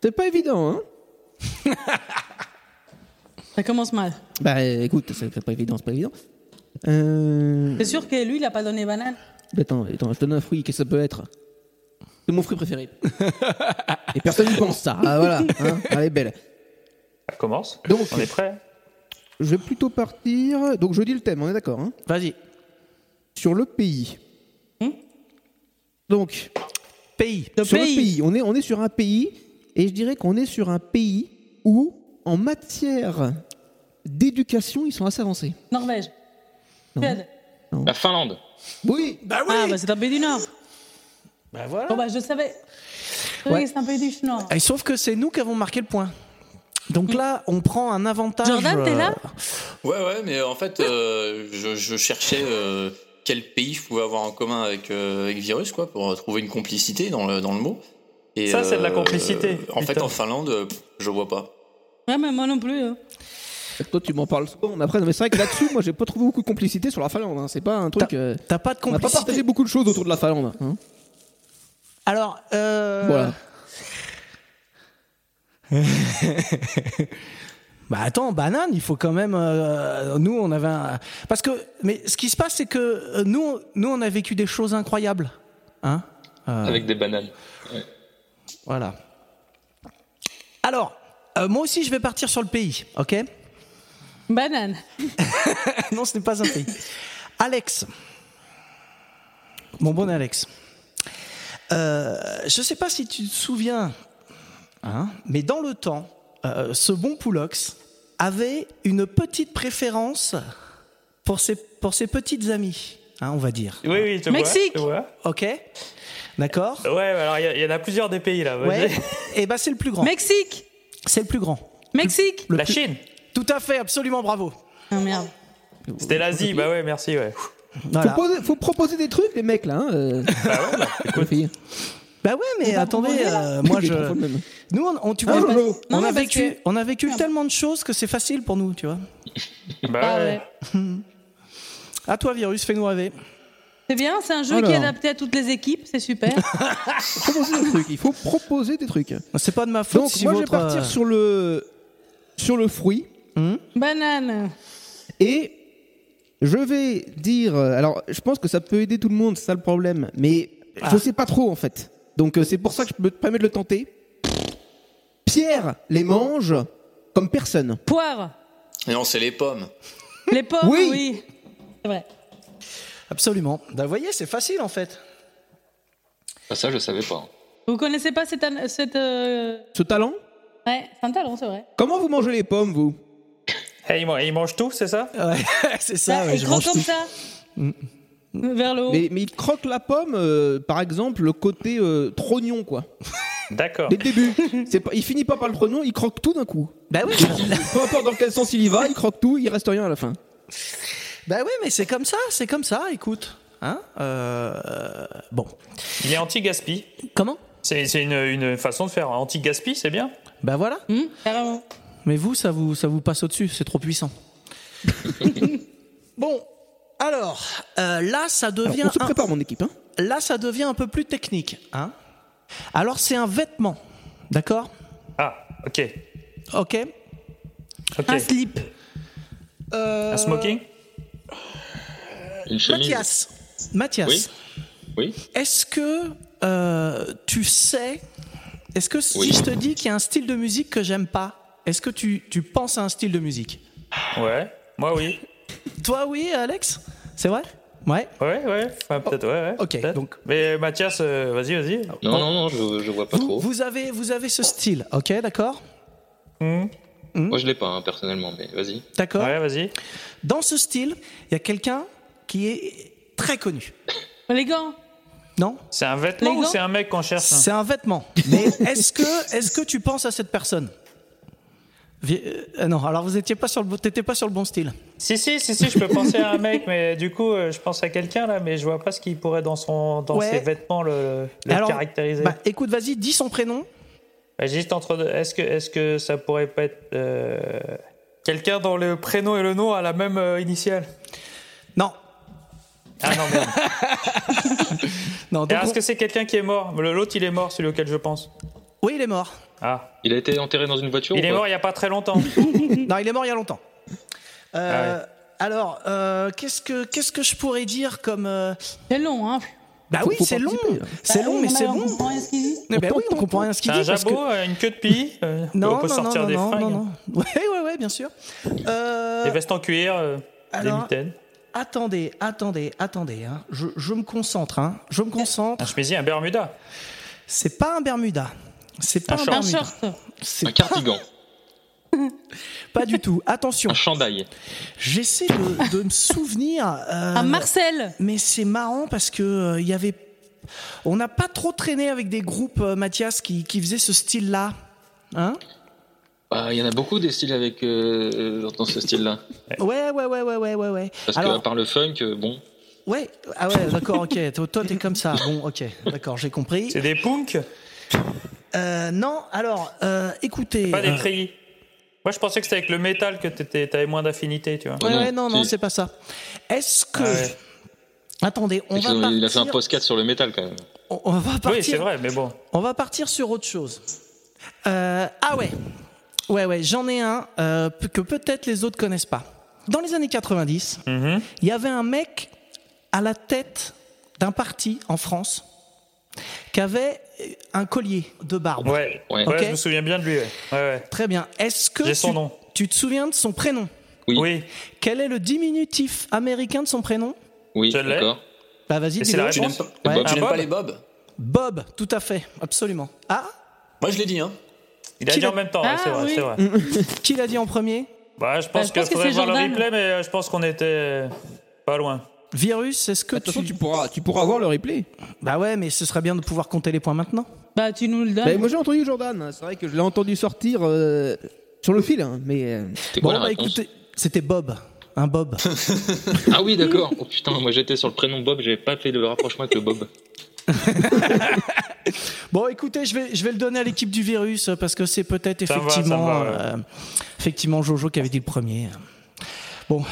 D: c'est pas évident, hein
E: Ça commence mal.
D: Bah écoute, c'est c'est pas évident, c'est pas évident. Euh...
E: C'est sûr que lui, il a pas donné banane.
D: Attends, attends, je te donne un fruit, qu'est-ce que ça peut être C'est mon fruit préféré. Et personne n'y pense ça. Ah voilà, hein, elle est belle.
H: Ça commence.
D: Donc-
H: on est prêt.
D: Je vais plutôt partir. Donc je dis le thème, on est d'accord hein
C: Vas-y. Hmm
D: Sur le pays. Donc.
C: Pays.
E: Le
D: sur
E: pays.
D: le pays. On est, on est sur un pays. Et je dirais qu'on est sur un pays où, en matière d'éducation, ils sont assez avancés.
E: Norvège. Suède.
L: La Finlande.
D: Oui.
C: Bah
E: oui. Ah, bah c'est un pays du Nord.
C: Bah voilà.
E: Bon, bah je savais. Oui,
C: Ouais.
E: c'est un pays du Nord.
C: Et sauf que c'est nous qui avons marqué le point. Donc là, on prend un avantage.
E: Hmm. Jordan, t'es là
C: euh,
J: Ouais, ouais, mais en fait, euh, je, je cherchais euh, quel pays je pouvais avoir en commun avec, euh, avec Virus, quoi, pour trouver une complicité dans le, dans le mot. Et, euh,
H: Ça, c'est de la complicité,
J: En fait,
H: putain.
J: en Finlande, euh, je vois pas.
E: Ouais, mais moi non plus. hein.
D: Toi, tu m'en parles souvent. Mais après, non, mais c'est vrai que là-dessus, moi, j'ai pas trouvé beaucoup de complicité sur la Finlande. hein. C'est pas un truc. euh,
C: T'as pas de
D: on n'a pas
C: complicité.
D: partagé beaucoup de choses autour de la Finlande. hein.
C: Alors, euh...
D: Voilà.
C: Bah attends, banane, il faut quand même. euh, nous, on avait un. Parce que. Mais ce qui se passe, c'est que euh, nous, nous, on a vécu des choses incroyables. Hein Euh,
L: Avec des bananes. Ouais.
C: Voilà. Alors, euh, moi aussi, je vais partir sur le pays, ok
E: Banane.
C: Non, ce n'est pas un pays. Alex. Mon bon Alex. Euh, je ne sais pas si tu te souviens, hein, mais dans le temps, euh, ce bon Poulox avait une petite préférence pour ses, pour ses petites amies, hein, on va dire.
H: Oui, oui, je te
C: Mexique.
H: vois.
C: Ok D'accord
H: je te vois. Ouais, alors il y a- il y, en a plusieurs des pays là.
C: Ouais.
H: vas-y.
C: Et ben c'est le plus grand.
E: Mexique.
C: C'est le plus grand.
E: Mexique.
C: Le
H: La
C: plus-
H: Chine.
C: Tout à fait, absolument, bravo.
E: Ah merde.
H: C'était l'Asie, bah ouais, merci, ouais.
C: Voilà.
D: Faut, poser- faut proposer des trucs, les mecs, là. Hein, euh. Les filles.
C: Bah ouais, mais
D: va
C: attendez,
D: proposer, là
C: euh, moi
D: Des
C: je.
D: trois fois le même.
C: Nous, on, on- tu
D: Ah,
C: vois,
D: Jojo.
C: on,
D: Non, mais
C: a
D: parce
C: vécu,
D: que-
C: on a vécu tellement de choses que c'est facile pour nous, tu vois.
H: Bah
E: Ah
H: ouais.
E: ouais.
C: À Ah, toi, virus, fais-nous rêver.
E: C'est bien, c'est un jeu qui est
D: Alors.
E: adapté à toutes les équipes, c'est super.
D: Faut proposer des trucs. Il faut proposer des trucs.
C: C'est pas de ma faute
D: Donc,
C: si
D: moi, je vais
C: votre.
D: partir
C: euh,
D: sur le sur le fruit
E: Banane.
D: et je vais dire. euh, Alors, je pense que ça peut aider tout le monde, c'est ça le problème. Mais je sais pas trop en fait. Donc, euh, c'est pour ça que je me permets de le tenter. Pierre les mange comme personne.
E: Poire.
J: Non, c'est les pommes.
E: Les pommes,
D: Oui.
E: oui. C'est vrai.
C: Absolument. Bah, vous voyez, c'est facile en fait.
L: Ah, ça, je savais pas.
E: Vous connaissez pas cette. an- cette euh,
D: Ce talent.
E: Ouais, c'est un talent, c'est vrai.
D: Comment vous mangez les pommes, vous
H: Et ils, Eh, man- ils mangent tout, c'est ça
C: c'est
E: Ah, il croque comme ça.
C: Mm.
E: Vers le haut.
D: Mais, mais il croque la pomme, euh, par exemple, le côté euh, trognon, quoi.
H: D'accord.
D: Dès le début. C'est pas, il finit pas par le trognon, il croque tout d'un coup.
C: Bah oui,
D: Peu importe dans quel sens il y va, il croque tout, il reste rien à la fin.
C: bah oui, mais c'est comme ça, c'est comme ça, écoute. Hein Euh, bon.
H: Il est anti-gaspi.
C: Comment
H: C'est c'est une, une façon de faire. Anti-gaspi, c'est bien.
C: Ben voilà. Mais vous, ça vous, ça vous passe au-dessus, c'est trop puissant. bon, alors, euh, là, ça devient.
D: Alors, on se
C: un-
D: prépare, mon équipe. hein.
C: Là, ça devient un peu plus technique. Hein alors, c'est un vêtement, d'accord
H: Ah, ok.
C: Ok
H: ok.
C: Un slip. Euh,
H: Un smoking
G: Une chemise
C: Mathias, Mathias
G: Oui. Oui.
C: est-ce que euh, tu sais. Est-ce que si
G: Oui.
C: je te dis qu'il y a un style de musique que j'aime pas, est-ce que tu, tu penses à un style de musique euh,
H: Ouais. Moi, oui.
C: Toi, oui, Alex C'est vrai Ouais.
H: Ouais, ouais. Enfin, peut-être, ouais, ouais.
C: Ok, donc. Ah,
H: Mais Mathias, euh, vas-y, vas-y.
G: Non, non, non, je, je vois pas trop.
C: Vous avez, vous avez ce style, ok, d'accord
G: Moi, je l'ai pas, hein, personnellement, mais vas-y.
C: D'accord
H: Ouais, vas-y.
C: Dans ce style, il y a quelqu'un qui est très connu.
E: Les gants
C: Non
H: C'est un vêtement
C: Les
H: ou
C: gants
H: c'est un mec qu'on cherche hein
C: C'est un vêtement. Mais est-ce que, est que tu penses à cette personne Vi- euh, Non, alors vous n'étiez pas, sur le bon- t'étais pas sur le bon style.
H: Si, si, si, si, je peux penser à un mec, mais du coup, euh, je pense à quelqu'un là, mais je vois pas ce qu'il pourrait dans, son, dans
C: Ouais.
H: ses vêtements le, le
C: Alors,
H: caractériser.
C: Bah, écoute, vas-y, dis son prénom.
H: Bah, J'hésite entre deux. Est-ce que, est que ça pourrait pas être euh, quelqu'un dont le prénom et le nom à la même euh, initiale
C: Non.
H: Ah non, merde.
C: Non,
H: Et
C: donc
H: Est-ce
C: on-
H: que c'est quelqu'un qui est mort Le- L'autre, il est mort, celui auquel je pense.
C: Oui, il est mort.
H: Ah.
G: Il a été enterré dans une voiture
H: Il
G: ou
H: est
G: pas
H: mort il y a pas très longtemps.
C: non, il est mort il y a longtemps. Euh,
H: Ah ouais.
C: Alors, euh, qu'est-ce que qu'est-ce que je pourrais dire comme. euh,
E: C'est long, hein Ah,
C: Bah oui, c'est long. C'est long, mais
H: Bah,
C: c'est bon.
E: ce qu'il dit
C: Eh ben oui, on comprend rien à ce
H: C'est
C: qu'il
H: un
C: dit. parce
H: jabot,
C: que-
H: euh, une queue de pie euh, On
C: Non,
H: peut
C: non,
H: sortir
C: non,
H: des
C: non,
H: fringues.
C: non, non. Ouais, ouais, ouais, bien sûr. Euh,
H: Des vestes en cuir, euh,
C: alors-
H: des mitaines.
C: Attendez, attendez, attendez. hein. Je, je me concentre. hein. Je me
H: Un
C: concentre.
H: chemisier, un Bermuda.
C: C'est pas un Bermuda. C'est pas
G: Un
C: un,
G: short.
C: Bermuda.
G: Un
C: C'est
G: Un cardigan,
C: Pas du tout. Attention.
G: un chandail.
C: J'essaie de, de me souvenir. euh,
E: À Marcel
C: Mais c'est marrant parce que euh, il y avait. On n'a pas trop traîné avec des groupes, euh, Mathias, qui, qui faisaient ce style-là. Hein
G: Ah, Il y en a beaucoup des styles avec euh, dans ce style-là.
C: Ouais, ouais, ouais, ouais, ouais, ouais, ouais.
G: Parce que à
C: Alors,
G: part le funk, euh, bon.
C: ouais, ah ouais, d'accord, ok. Toi, toi, t'es comme ça. Bon, ok, d'accord, j'ai compris.
H: C'est des punks
C: Euh, non, alors, euh, écoutez.
H: Pas des
C: euh,
H: treillis. Moi, je pensais que c'était avec le métal que t'étais- t'avais moins d'affinité, tu vois.
C: Ouais, ouais, non, non, c'est pas ça. Est-ce que.
H: Ah ouais.
C: Attendez, on va, partir...
G: Il a fait un post-cat sur le métal quand même.
C: on- on va
H: Oui, c'est
C: partir.
H: vrai, mais bon.
C: on va partir sur autre chose. Euh, ah ouais. Ouais, ouais, j'en ai un euh, que peut-être les autres connaissent pas. Dans les années 90, il
H: Mhm.
C: y avait un mec à la tête d'un parti en France qui avait un collier de barbe.
H: Ouais, ouais.
C: Ok.
H: je me souviens bien de lui. Ouais, ouais. ouais.
C: Très bien. Est-ce que
H: J'ai son
C: tu-
H: nom.
C: tu te souviens de son prénom
G: Oui, oui,
H: Oui,
C: Quel est le diminutif américain de son prénom
H: je l'ai.
G: d'accord.
C: Bah vas-y,
H: Et
C: dis
H: c'est la
J: Tu n'aimes
H: réponse
J: pas,
C: Ouais.
H: Un
J: tu n'aimes pas
H: Bob
J: les Bob
C: Bob, tout à fait, absolument. Ah,
J: Moi je l'ai dit, hein.
H: Il a
C: Qui
H: dit
C: l'a-
H: en même temps, ouais, c'est
E: Ah,
H: vrai,
E: oui.
H: c'est vrai.
C: qui l'a dit en premier
H: Bah, je
E: Bah,
H: pense
E: je pense
H: qu'il
E: que
H: faudrait
E: c'est
H: voir le
E: Jordan.
H: replay, mais euh, je pense qu'on était euh, pas loin.
C: Virus, est-ce que
D: Bah, De toute façon,
C: tu...
D: tu pourras, tu pourras voir le replay.
C: Bah ouais, mais ce serait bien de pouvoir compter les points maintenant.
E: Bah, tu nous le donnes.
D: Bah, moi, j'ai entendu Jordan. hein. C'est vrai que je l'ai entendu sortir euh, sur le fil, hein, mais. euh,
G: C'était
C: Bon,
G: quoi la
C: bah
G: réponse
C: écoutez, c'était Bob. Un Bob.
G: Ah oui, d'accord. Oh putain, moi j'étais sur le prénom Bob, j'avais pas fait le rapprochement avec le Bob.
C: bon, écoutez, je vais, je vais le donner à l'équipe du virus euh, parce que c'est peut-être
H: Ça va, ça
C: effectivement,
H: va, ouais.
C: euh, effectivement Jojo qui avait dit le premier. Bon,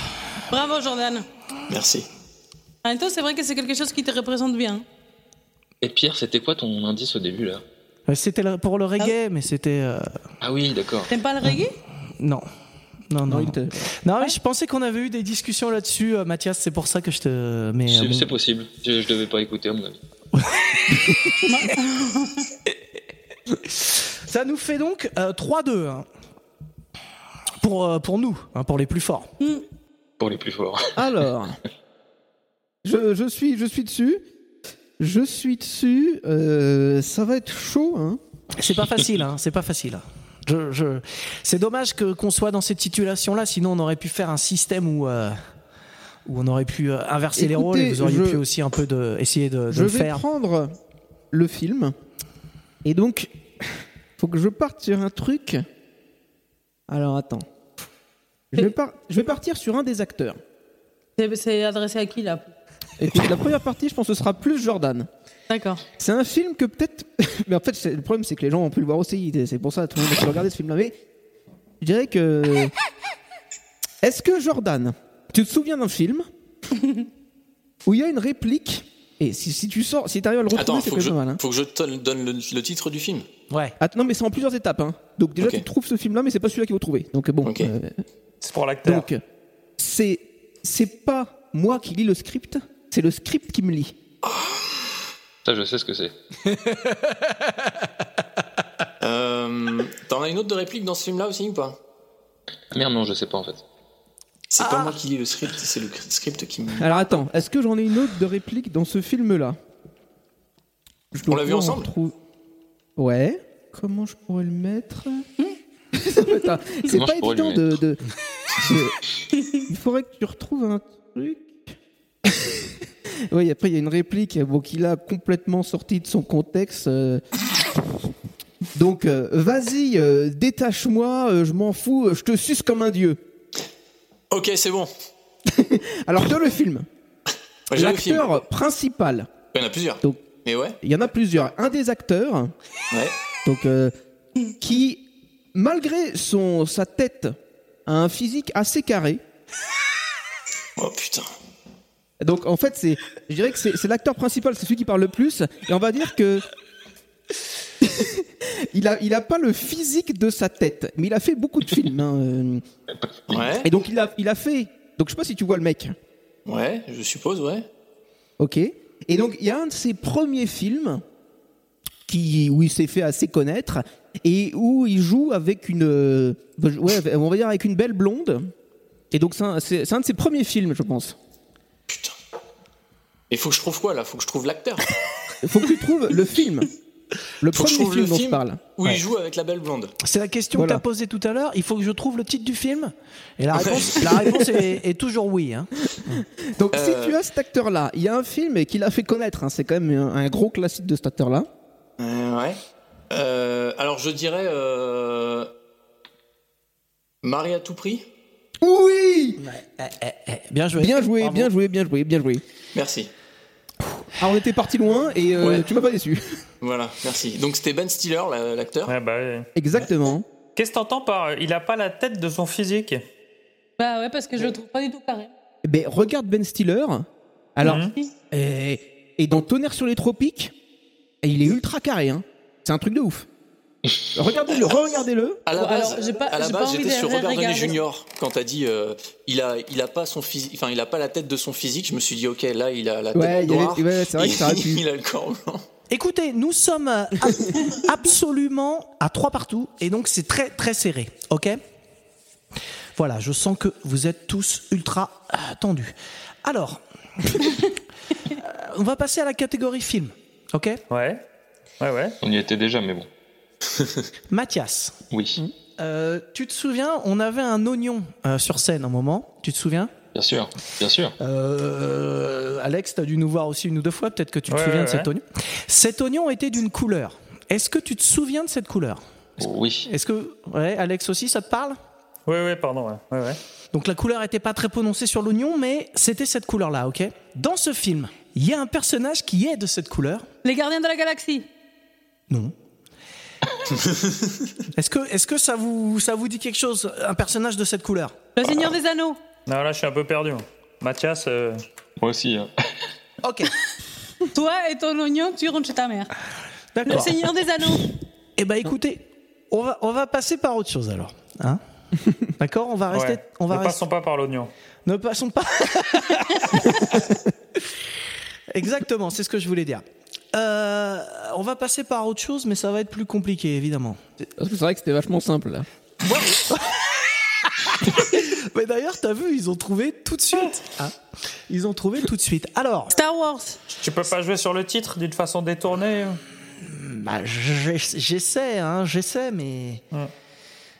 E: Bravo, Jordan.
J: Merci.
E: En même temps, c'est vrai que c'est quelque chose qui te représente bien.
G: Et Pierre, c'était quoi ton indice au début là
C: euh, c'était le- pour le reggae, mais c'était euh,
G: Ah oui, d'accord.
E: T'aimes pas le reggae
C: non.
D: non,
C: Non, non. Non,
D: il te-
C: mais je pensais qu'on avait eu des discussions là-dessus, euh, Mathias, c'est pour ça que je te. Mais, euh,
G: C'est
C: bon.
G: c'est possible. Je, je devais pas écouter à mon avis.
C: Ça nous fait donc euh, 3-2 hein. pour, euh, pour nous, hein, pour les plus forts.
G: Pour les plus forts.
D: Alors, je, je suis, je suis dessus. Je suis dessus. euh, ça va être chaud, hein.
C: C'est pas facile, hein, c'est pas facile. Je, je... C'est dommage que qu'on soit dans cette situation-là, sinon on aurait pu faire un système où, euh, où on aurait pu euh, inverser les
D: Écoutez,
C: rôles et vous auriez
D: je-
C: pu aussi un peu de, essayer de, de
D: je
C: le
D: vais
C: faire.
D: prendre le film. Et donc, faut que je parte sur un truc. Alors, attends. Je vais, par- je vais partir sur un des acteurs.
E: C'est- C'est adressé à qui, là
D: Écoute, la première partie, je pense que ce sera plus Jordan.
E: D'accord.
D: C'est un film que peut-être. mais en fait, c'est- le problème, c'est que les gens ont pu le voir aussi. C'est pour ça tout le monde a pu regarder ce film-là. Mais je dirais que. Est-ce que Jordan, tu te souviens d'un film où il y a une réplique Et si, si tu sors, si t'arrives à le retrouver,
J: Attends,
D: c'est
J: faut
D: quand
J: que,
D: même
J: je,
D: pas mal. hein.
J: faut que je te donne le, le titre du film.
C: Ouais.
D: non, mais c'est en plusieurs étapes. hein. Donc déjà,
J: Ok.
D: tu trouves ce film-là, mais c'est pas celui-là qu'il faut trouver. Donc bon. euh,
H: C'est pour l'acteur.
D: Donc, c'est c'est pas moi qui lis le script, c'est le script qui me lit.
G: Ça, je sais ce que c'est.
J: Euh, T'en as une autre de réplique dans ce film-là aussi ou pas
G: Ah Merde, non, je sais pas en fait.
J: C'est
H: Ah.
J: pas moi qui lis le script, c'est le script qui me.
D: Alors attends, est-ce que j'en ai une autre de réplique dans ce film-là Je dois
J: On l'a vu
D: pouvoir en
J: ensemble
D: retrouver- Ouais. Comment je pourrais le mettre Attends, C'est
J: Comment
D: pas
J: je pourrais
D: évident
J: le
D: de. de- de- Il faudrait que tu retrouves un truc. oui, après il y a une réplique euh, bon, qu'il a complètement sortie de son contexte. euh. Donc, euh, vas-y, euh, détache-moi, euh, je m'en fous, euh, je te suce comme un dieu.
J: Ok, c'est bon.
D: Alors, dans le film,
J: Ouais, j'ai le film.
D: l'acteur principal,
J: Il y en a plusieurs. Mais ouais.
D: il y en a plusieurs. Un des acteurs,
J: Ouais.
D: donc, euh, qui, malgré son, sa tête, a un physique assez carré.
J: Oh putain.
D: Donc en fait, c'est, je dirais que c'est, c'est l'acteur principal, c'est celui qui parle le plus. Et on va dire que il a, il a pas le physique de sa tête, mais il a fait beaucoup de films. hein, euh. Et donc il a, il a fait. Donc je sais pas si tu vois le mec.
J: Ouais, je suppose, ouais.
D: Ok. Et donc, il y a un de ses premiers films qui, où il s'est fait assez connaître et où il joue avec une, euh, ouais, avec- on va dire avec une belle blonde. Et donc, c'est un, c'est- c'est un de ses premiers films, je pense.
J: Il faut que je trouve quoi là Faut que je trouve l'acteur.
D: Il faut que tu trouves le film. Le
J: Faut que je
D: premier
J: trouve
D: film
J: le
D: dont
J: film
D: je parle.
J: où
D: Ouais.
J: il joue avec la belle blonde.
C: C'est la question
D: Voilà.
C: que tu as posée tout à l'heure. Il faut que je trouve le titre du film. Et la réponse, la réponse est, est toujours oui. hein.
D: Donc,
C: Euh.
D: si tu as cet acteur-là, il y a un film et qui l'a fait connaître. hein, c'est quand même un, un gros classique de cet acteur-là.
J: Euh, ouais. Euh, alors je dirais. Euh... Marie à tout prix
D: Oui
C: eh, Bien joué.
D: Bien joué, bien joué, bien joué, bien joué.
J: Merci.
D: Ah, on était parti loin et euh,
J: Ouais.
D: tu m'as pas déçu.
J: Voilà, merci. Donc c'était Ben Stiller, la- l'acteur
H: Ouais, bah
D: Exactement.
H: Qu'est-ce que t'entends par euh, il a pas la tête de son physique
E: Bah ouais, parce que je le trouve pas du tout carré.
D: Ben, regarde Ben Stiller. Alors,
H: Mhm.
D: et, et dans Tonnerre sur les tropiques, et il est ultra carré. Hein. C'est un truc de ouf. Regardez-le, regardez-le.
J: À la
E: Bon,
J: base,
E: alors, j'ai pas-
J: à la
E: j'ai pas
J: base,
E: envie
J: j'étais
E: de
J: sur
E: ré-
J: Robert Downey
E: regarder.
J: Jr. quand t'as dit euh, il a il a pas son physique, enfin il a pas la tête de son physique. Je me suis dit ok là il a la tête
D: Ouais, il y avait-
J: noire.
D: ouais, c'est vrai que ça aurait pu.
J: il a le corps blanc.
C: Écoutez, nous sommes euh, ab- absolument à trois partout. Et donc, c'est très, très serré. OK Voilà, je sens que vous êtes tous ultra euh, tendus. Alors, euh, on va passer à la catégorie film. OK
H: Ouais. Ouais, ouais.
G: On y était déjà, mais bon.
C: Mathias.
G: Oui.
C: Euh, tu te souviens, on avait un oignon euh, sur scène un moment. Tu te souviens
G: Bien sûr, bien sûr.
C: Euh, Alex, t'as dû nous voir aussi une ou deux fois. Peut-être que tu te
G: Ouais,
C: souviens
G: ouais,
C: de cet
G: ouais.
C: oignon. Cet oignon était d'une couleur. Est-ce que tu te souviens de cette couleur
L: Oh,
G: Oui.
C: Est-ce que ouais, Alex aussi, ça te parle
H: Ouais, ouais, pardon. Ouais, ouais. ouais.
C: Donc la couleur n'était pas très prononcée sur l'oignon, mais c'était cette couleur-là, ok Dans ce film, il y a un personnage qui est de cette couleur.
E: Les gardiens de la galaxie.
C: Est-ce que, est-ce que ça, vous, ça vous dit quelque chose, un personnage de cette couleur
E: Le Seigneur des Anneaux.
H: Non, là, je suis un peu perdu. moi. Mathias. euh,
G: Moi aussi.
C: Ok.
E: Toi et ton oignon, tu rentres chez ta mère.
C: D'accord.
E: Le Seigneur des Anneaux.
C: Eh ben écoutez, on va, on va passer par autre chose alors. Hein D'accord On va rester. On va
H: ne
C: rester-
H: passons pas par l'oignon.
C: Ne passons pas. Exactement, c'est ce que je voulais dire. Euh, on va passer par autre chose, mais ça va être plus compliqué, évidemment.
D: Parce que c'est vrai que c'était vachement simple là.
C: Mais d'ailleurs, t'as vu, ils ont trouvé tout de suite. hein. Ils ont trouvé tout de suite. Alors.
E: Star Wars.
H: Tu peux pas jouer sur le titre d'une façon détournée
C: Bah, j'ai- j'essaie, hein, j'essaie, mais.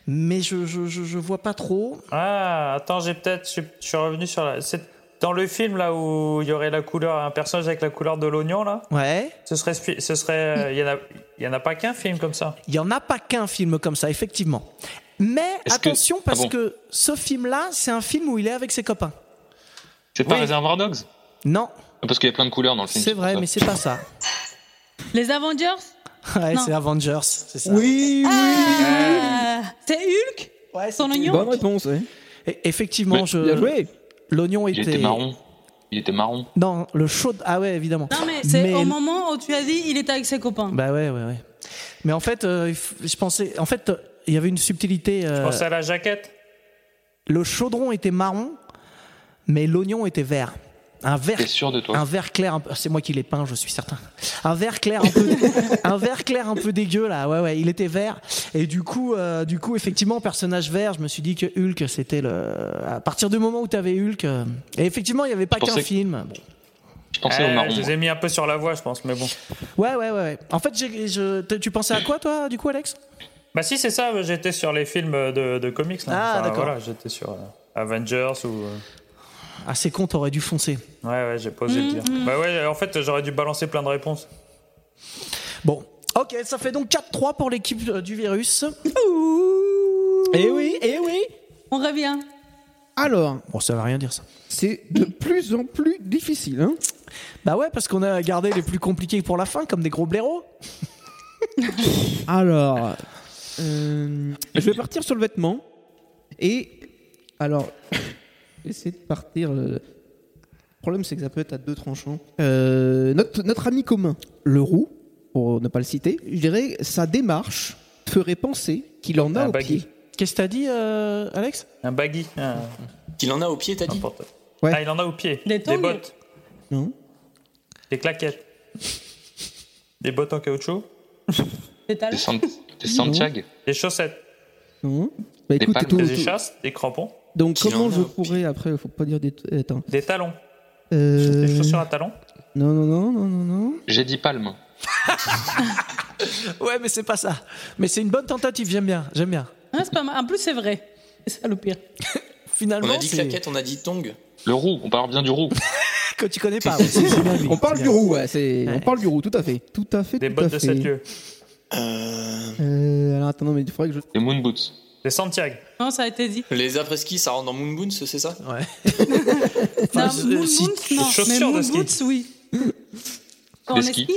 C: Mais je, je, je, je vois pas trop.
H: Ah, attends, j'ai peut-être. Je je suis revenu sur la. C'est dans le film là où il y aurait la couleur, un personnage avec la couleur de l'oignon là.
C: Ouais.
H: Ce serait, spi- ce serait. euh, Il y en a, il y en a pas qu'un film comme ça.
C: Il n'y en a pas qu'un film comme ça, effectivement. Mais
H: Est-ce que-
C: attention,
H: Ah
C: parce
H: bon
C: que ce film-là, c'est un film où il est avec ses copains.
G: C'est pas
C: Oui.
G: Reservoir Dogs
C: Non.
L: Parce qu'il y a plein de couleurs dans le film.
C: C'est vrai, mais c'est pas ça.
E: Les Avengers
C: Ouais,
E: Non.
C: c'est Avengers, c'est ça.
D: Oui,
E: Ah, C'est Hulk Son oignon
D: réponse,
C: Effectivement,
L: Mais-
C: je.
L: Bien joué.
C: L'oignon
L: Il
C: était.
L: était marron. Il était marron.
C: Non, le chaud. Ah ouais, évidemment.
E: Non, mais c'est au moment où tu as dit il était avec ses copains.
C: Bah ouais, ouais, ouais. Mais en fait, euh, il f- je pensais. En fait, euh, il y avait une subtilité. euh,
H: Pense à la jaquette.
C: Le chaudron était marron, mais l'oignon était vert. Un vert,
L: sûr de toi
C: un vert clair, un peu- c'est moi qui l'ai peint, je suis certain. Un vert clair, un peu, un vert clair, un peu dégueu là. Ouais, ouais, il était vert. Et du coup, euh, du coup, effectivement, personnage vert, je me suis dit que Hulk, c'était le. À partir du moment où t'avais Hulk, euh, et effectivement, il n'y avait pas
H: Je pensais
C: qu'un
H: que-
C: film. Bon.
L: Je
C: pensais au marron,
H: Euh, Je les ai mis un peu sur la voie, je pense, mais bon.
C: Ouais, ouais, ouais, ouais. En fait, j'ai- je- t- tu pensais à quoi, toi, du coup, Alex
H: Bah si, c'est ça, j'étais sur les films euh, de, de comics. là.
C: Ah, d'accord.
H: Voilà, j'étais sur euh, Avengers ou... euh,
C: Ah, c'est con, t'aurais dû foncer.
H: Ouais, ouais, j'ai posé
D: Mm,
H: le dire. Bah ouais, en fait, j'aurais dû balancer plein de réponses.
C: Bon, ok, ça fait donc 4-3 pour l'équipe euh, du virus. Eh oui, eh oui.
E: On revient.
D: Alors,
C: Bon, ça va rien dire ça.
D: c'est de plus en plus difficile. Hein
C: bah ouais, parce qu'on a gardé les plus compliqués pour la fin, comme des gros blaireaux.
D: Alors, euh, je vais partir sur le vêtement. Et alors, essayer de partir. euh, Le problème, c'est que ça peut être à deux tranchants. Euh, notre, notre ami commun, le roux, pour ne pas le citer, je dirais sa démarche ferait penser qu'il en a
H: Un
D: au
H: baggy.
D: pied.
C: Qu'est-ce que t'as dit, euh, Alex
H: Un baggy. un-
J: Il en a au pied, t'as dit
D: Ouais.
H: Ah, il en a au pied.
E: Des tongs
H: bottes.
D: Non.
H: Des claquettes. Des bottes en caoutchouc.
E: Des talons.
L: Des, san- des Santiago.
H: Des chaussettes.
D: Non. Bah,
L: Des
D: écoute,
L: palmes.
D: tout-
H: Des
D: tout-
H: échasses. Des crampons.
D: donc
H: Qu'il en
D: comment
H: a
D: je
H: au
D: pourrais après Faut pas dire des. Attends.
H: Des talons.
D: Euh,
H: Des chaussures à talons.
D: Non non non non non non.
L: J'ai dit palme.
C: Ouais, mais c'est pas ça. Mais c'est une bonne tentative, j'aime bien, j'aime bien.
E: Ah, c'est pas mal. En plus, c'est vrai. C'est ça le pire.
C: Finalement,
J: On a dit
C: c'est-
J: claquette, on a dit tongue.
L: Le roux, on parle bien du roux.
C: que tu connais pas. ouais, c'est- c'est bien dit,
D: On parle
C: c'est
D: du
C: bien.
D: roux, ouais, c'est-
C: Ouais.
D: On parle du roux, tout à fait. Tout à fait.
H: Des
D: tout à
H: bottes de
D: fait.
H: sept lieues.
D: Euh, alors attends, non, mais il faudrait que je.
L: Des moon boots.
H: Des Santiago.
E: Non, ça a été dit.
J: Les après-ski, ça rentre dans Moon Moon, c'est ça
C: Ouais.
E: Non,
J: je-
D: euh,
E: moon
J: si-
E: boots, non. Mais
J: chaussures
E: moon
J: de ski.
E: boots, oui. En
J: Des
E: ski
J: skis.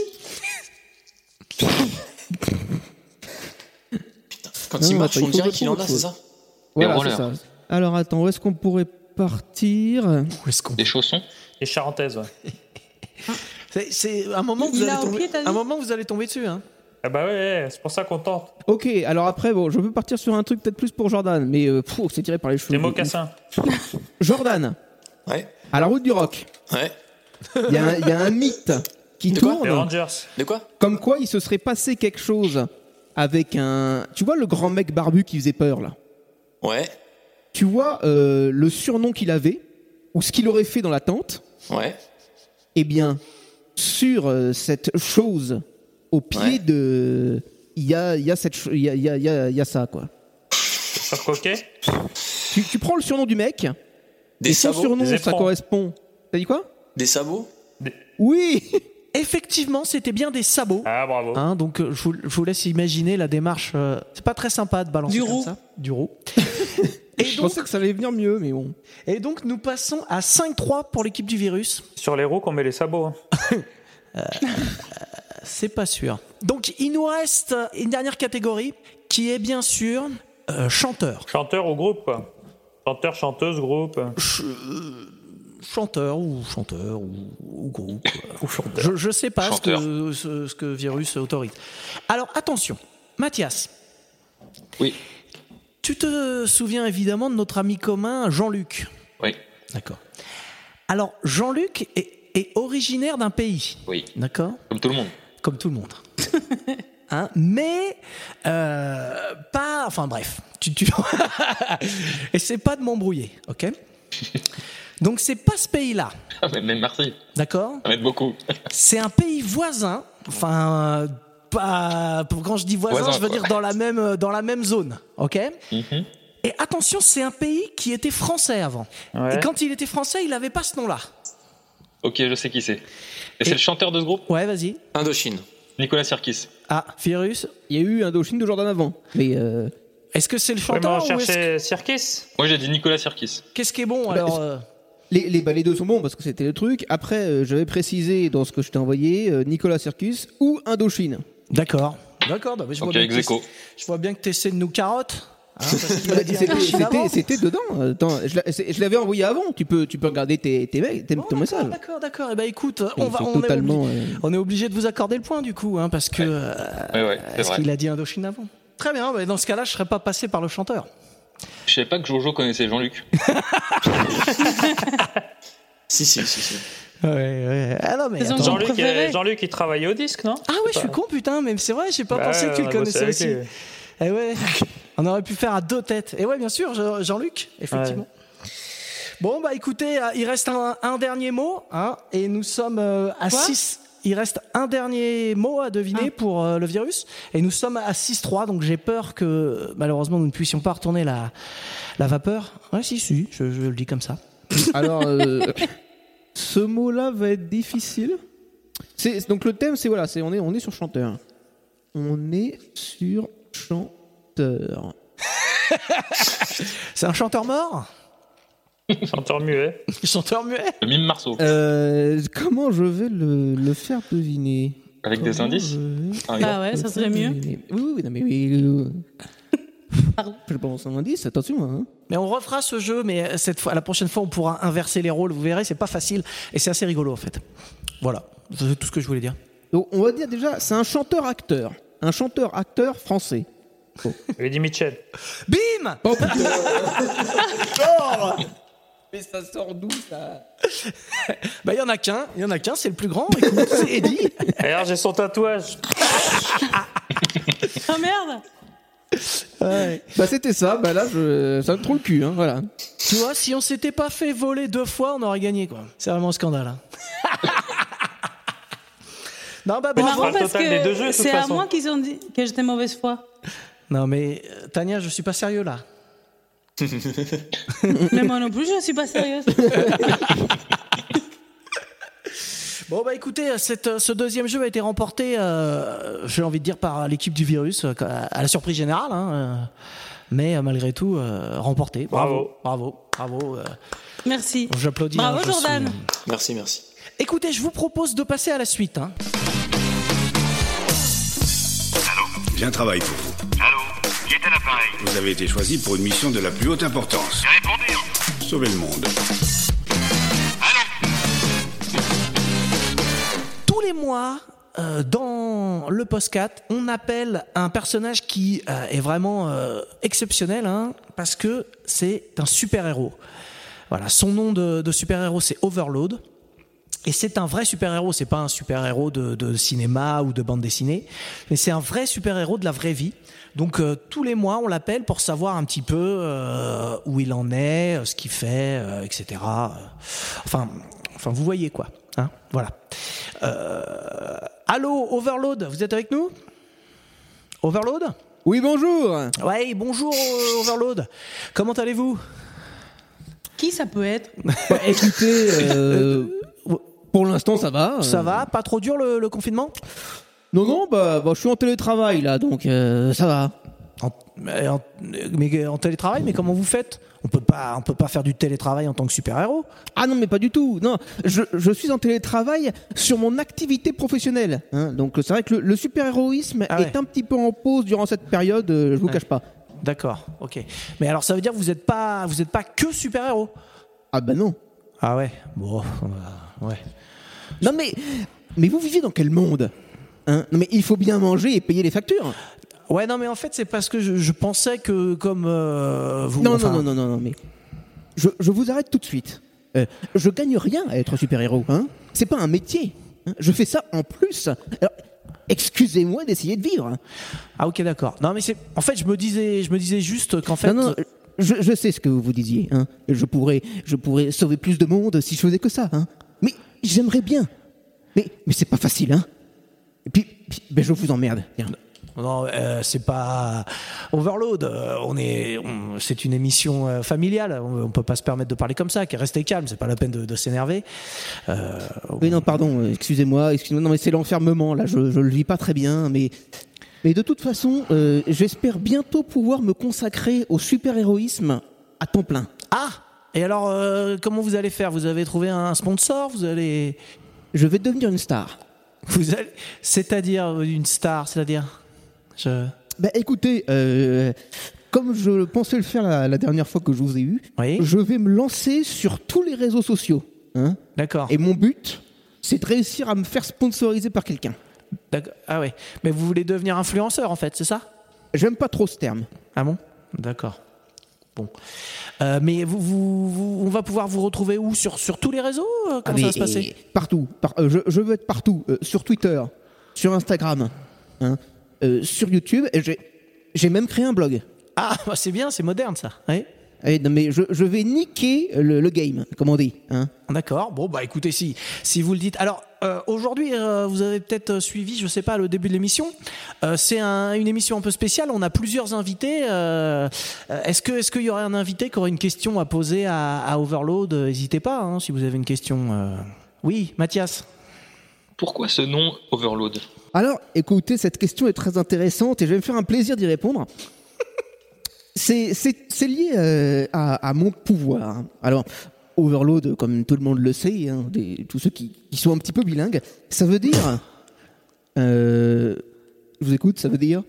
J: Quand il
D: Non,
J: marche,
D: attends,
J: on
D: il faut
J: dirait
D: que je
J: qu'il en
D: trouve
J: a,
D: autre
J: c'est
D: chose.
J: ça
D: Voilà,
L: Des
D: c'est ça.
L: rollers.
D: Alors attends, où est-ce qu'on pourrait partir Où
C: est-ce qu'on
L: Des chaussons.
H: Des charentaises, ouais.
C: C'est- C'est un moment, vous
E: Il
C: allez
E: a au
C: tomber...
E: pied, t'as dit
C: un moment vous allez tomber dessus. Hein.
H: Ah bah ouais, ouais, c'est pour ça qu'on tente.
D: Ok, alors après, bon, je veux partir sur un truc peut-être plus pour Jordan, mais euh, pfff, c'est tiré par les cheveux.
H: Des mocassins.
D: Jordan,
J: Ouais.
D: à la route du rock,
J: Ouais.
D: il y, a un- il y a un mythe qui
J: De quoi
D: tourne.
H: Des Rangers.
J: De quoi
D: Comme quoi, il se serait passé quelque chose avec un. Tu vois le grand mec barbu qui faisait peur là
J: Ouais.
D: Tu vois euh, le surnom qu'il avait ou ce qu'il aurait fait dans la tente
J: Ouais.
D: Eh bien, sur euh, cette chose au pied de. Il y a, il y, a cette cho- il y a, il y a- il y a- il y a ça quoi.
H: Sur coquet.
D: Tu, tu prends le surnom du mec.
J: Des
D: et son
J: sabots.
D: surnom,
J: Des
D: ça
J: éperons.
D: correspond. T'as dit quoi
J: Des sabots
D: Oui
C: Effectivement, c'était bien des sabots.
H: Ah bravo.
C: Hein, donc euh, je vous, je vous laisse imaginer la démarche. euh, c'est pas très sympa de balancer
E: Du
C: comme
E: roux.
C: ça. Du roux.
D: Je pensais que ça allait venir mieux, mais bon.
C: Et donc nous passons à 5-3 pour l'équipe du virus.
H: Sur les roues qu'on met les sabots. hein.
C: C'est pas sûr. Donc il nous reste euh, une dernière catégorie qui est bien sûr euh, chanteur.
H: Chanteur ou groupe, quoi. Chanteur, chanteuse, groupe.
C: Ch- euh, chanteur ou chanteur ou, ou groupe. Je, je sais pas ce que, ce- ce que virus autorise. Alors attention, Mathias.
L: Oui.
C: Tu te souviens évidemment de notre ami commun Jean-Luc.
L: Oui.
C: D'accord. Alors, Jean-Luc est, est originaire d'un pays.
L: Oui.
C: D'accord
L: Comme tout le monde.
C: Comme tout le monde. Hein, mais euh, pas. Enfin, bref. Tu, tu... Essaie pas de m'embrouiller, ok Donc, c'est pas ce pays-là.
L: Ah, mais, mais merci.
C: D'accord
L: Ça m'aide beaucoup.
C: C'est un pays voisin. Enfin. euh, Pas, quand je dis voisin,
L: Voisin,
C: je veux
L: quoi.
C: dire dans la même dans la même zone, ok
L: Mhm.
C: Et attention, c'est un pays qui était français avant.
L: Ouais.
C: Et quand il était français, il n'avait pas ce nom-là.
L: Ok, je sais qui c'est. Et, c'est le chanteur de ce groupe
C: Ouais, vas-y.
J: Indochine.
L: Nicolas Sirkis.
C: Ah, Virus
D: Il y a eu Indochine de Jordan avant. Mais euh,
C: Est-ce que c'est le
H: Ouais, mais on
C: chanteur ou est-ce que-
H: cherchait Circus.
L: Moi j'ai dit Nicolas Sirkis.
C: Bah, qu'est-ce qui est bon alors euh,
D: les, les, bah, les deux sont bons parce que c'était le truc. Après, euh, j'avais précisé dans ce que je t'ai envoyé euh, Nicolas Circus ou Indochine.
C: D'accord. D'accord, bah, je, vois
G: Ok,
C: bien que
G: ex aequo.
C: t'ess- je vois bien que tu essaies de nous carottes. hein, parce qu'il a dit
D: C'était-
C: Indochine avant.
D: C'était c'était dedans. euh, Attends, je l'a- c'est- je l'avais envoyé avant. Tu peux, tu peux regarder tes, tes, mails, tes- ton message.
C: D'accord, d'accord. Et bah écoute, on,
D: Ils
C: va,
D: sont
C: on, est
D: totalement,
C: obligé, on est obligé de vous accorder le point du coup, hein, parce que. euh,
G: c'est
C: est-ce
G: vrai.
C: qu'il a dit Indochine avant Très bien, bah, dans ce cas-là, je serais pas passé par le chanteur.
G: Je savais pas que Jojo connaissait Jean-Luc.
J: si, si, si, si.
C: Ouais, ouais. Ah non, mais. attends.
H: Jean-Luc, euh, Jean-Luc, il travaillait au disque, non
C: Ah ouais, je suis con, putain, mais c'est vrai, j'ai pas
H: Bah
C: pensé
H: ouais,
C: que tu le
H: on a
C: connaissais
H: bossé avec
C: aussi.
H: lui, ouais.
C: Eh ouais, on aurait pu faire à deux têtes. Et ouais, bien sûr, Jean- Jean-Luc, effectivement. Bon, bah écoutez, euh, il reste un, un dernier mot, hein, et nous sommes euh, à
E: Quoi
C: 6. Il reste un dernier mot à deviner pour euh, le virus, et nous sommes à 6-3, donc j'ai peur que malheureusement nous ne puissions pas retourner la, la vapeur. Ouais, si, si, je, je le dis comme ça.
D: Alors, euh, ce mot-là va être difficile. C'est- donc le thème, c'est voilà, c'est on est on est sur chanteur. On est sur chanteur.
C: c'est un chanteur mort
H: Chanteur muet.
C: Chanteur muet
G: Le mime Marceau.
D: Euh, comment je vais le, le faire deviner
G: Avec des
D: Comment
G: indices
D: je vais
G: Ah,
E: Bah
G: regarde. Ah ouais,
D: le
G: ça
D: faire
G: serait mieux.
D: deviner Oui, oui, oui, non mais oui. oui, oui. je pense un indice, attention. hein.
C: Mais on refera ce jeu, mais euh, cette fois, la prochaine fois, on pourra inverser les rôles. Vous verrez, c'est pas facile et c'est assez rigolo en fait. Voilà, c'est tout ce que je voulais dire.
D: Donc on va dire déjà, c'est un chanteur-acteur. Un chanteur-acteur français. Bon.
H: Eddie Mitchell.
C: Bim
D: Oh, putain.
B: Mais ça sort d'où ça
C: Bah, il y en a qu'un, il y en a qu'un, c'est le plus grand. Écoute, c'est Eddie.
H: D'ailleurs, j'ai son tatouage.
E: Ah merde
D: Bah c'était ça, bah là je... ça me trouve le cul, hein, voilà.
C: Tu vois, si on s'était pas fait voler deux fois, on aurait gagné quoi. C'est vraiment un scandale. hein. non, bah,
E: C'est
C: bravo.
E: marrant parce que c'est à moi qu'ils ont dit que j'étais mauvaise foi.
C: Non, mais euh, Tania, je suis pas sérieux là.
E: Mais moi non plus, je suis pas sérieuse.
C: Bon bah écoutez, cette- ce deuxième jeu a été remporté, euh, j'ai envie de dire par l'équipe du virus, euh, à la surprise générale, hein, euh, mais euh, malgré tout euh, remporté. Bravo, bravo, bravo. euh,
E: Merci.
C: J'applaudis.
E: Bravo,
C: hein, je
E: Jordan.
C: suis-
J: Merci, merci.
C: Écoutez, je vous propose de passer à la suite. hein.
N: J'ai un travail pour vous.
O: Allô Qui est à l'appareil
N: Vous avez été choisi pour une mission de la plus haute importance.
O: Répondez
N: Sauver le monde.
C: Tous les mois. euh, dans le postcat, on appelle un personnage qui euh, est vraiment euh, exceptionnel hein, parce que c'est un super-héros. Voilà, son nom de, de super-héros c'est Overload. Et c'est un vrai super-héros, c'est pas un super-héros de, de cinéma ou de bande dessinée, mais c'est un vrai super-héros de la vraie vie. Donc euh, tous les mois, on l'appelle pour savoir un petit peu euh, où il en est, euh, ce qu'il fait, euh, etc. Enfin, enfin, vous voyez quoi. Hein voilà. Euh, allô, Overload, vous êtes avec nous Overload
D: Oui, bonjour
C: Ouais, bonjour euh, Overload. Comment allez-vous
E: Qui ça peut être
D: Bah, écoutez, euh, pour l'instant ça va.
C: Ça va Pas trop dur le, le confinement
D: Non, non, bah, bah, je suis en télétravail là, donc euh, ça va.
C: mais en, mais en télétravail, mais comment vous faites On peut pas, on peut pas faire du télétravail en tant que super-héros.
D: Ah non, mais pas du tout. Non, je, je suis en télétravail sur mon activité professionnelle. hein. Donc c'est vrai que le, le super-héroïsme est un petit peu en pause durant cette période, euh, je vous cache pas.
C: D'accord, ok. Mais alors ça veut dire que vous n'êtes pas, vous êtes pas que super-héros.
D: Ah bah non.
C: Ah ouais. Bon, euh, ouais.
D: Non mais, mais vous vivez dans quel monde Hein Non mais il faut bien manger et payer les factures.
C: Ouais, non, mais en fait c'est parce que je, je pensais que comme euh, vous.
D: non,
C: enfin-
D: non, non, non, non, non, mais je, je vous arrête tout de suite. Euh, je gagne rien à être super-héros, hein C'est pas un métier. hein. je fais ça en plus. Alors, excusez-moi d'essayer de vivre. hein.
C: Ah ok, d'accord. Non, mais c'est, en fait, je me disais, je me disais juste qu'en fait.
D: Non, non, je, je sais ce que vous disiez. hein. Je, pourrais, je pourrais sauver plus de monde si je faisais que ça. hein. Mais j'aimerais bien. Mais, mais c'est pas facile. Hein. Et puis, puis, ben, je vous emmerde. Tiens.
C: Non, euh, c'est pas Overload. euh, on est, on- c'est une émission euh, familiale. On, on peut pas se permettre de parler comme ça. Restez calme, c'est pas la peine de, de s'énerver. Euh,
D: Oui, non, pardon, euh, excusez-moi, excusez-moi, non, mais c'est l'enfermement, là, je, je le vis pas très bien, mais, mais de toute façon, euh, j'espère bientôt pouvoir me consacrer au super-héroïsme à temps plein.
C: Ah Et alors, euh, comment vous allez faire Vous avez trouvé un sponsor Vous allez.
B: Je vais devenir une star.
C: Vous allez... C'est-à-dire une star, c'est-à-dire. Je...
D: Bah écoutez, euh, comme je pensais le faire la, la dernière fois que je vous ai eu, je vais me lancer sur tous les réseaux sociaux. hein.
C: D'accord.
D: Et mon but, c'est de réussir à me faire sponsoriser par quelqu'un.
C: D'accord. Ah ouais. Mais vous voulez devenir influenceur en fait, c'est ça
D: J'aime pas trop ce terme.
C: Ah bon D'accord. Bon. Euh, mais vous, vous- vous- on va pouvoir vous retrouver où sur, sur tous les réseaux euh, Comment
D: Ah,
C: ça
D: mais
C: va se passer
D: Partout. Par- euh, je, je veux être partout. euh, sur Twitter, sur Instagram, hein, euh, sur YouTube. Et j'ai, j'ai même créé un blog.
C: Ah, bah, c'est bien, c'est moderne ça. Ouais.
D: Eh, non, mais je, je vais niquer le, le game, comme on dit. hein.
C: D'accord. Bon, bah écoutez, si, si vous le dites. Alors, euh, aujourd'hui, euh, vous avez peut-être euh, suivi, je sais pas, le début de l'émission. Euh, c'est un- une émission un peu spéciale. On a plusieurs invités. Euh, euh, est-ce que est-ce qu'il y aurait un invité qui aurait une question à poser à, à Overload Euh, N'hésitez pas, hein, si vous avez une question. euh. Oui, Mathias.
L: Pourquoi ce nom Overload
D: Alors, écoutez, cette question est très intéressante et je vais me faire un plaisir d'y répondre. C'est, c'est- c'est lié euh, à, à mon pouvoir. Alors, Overload, comme tout le monde le sait, hein, des- tous ceux qui, qui sont un petit peu bilingues, ça veut dire... Euh, je vous écoute, ça veut dire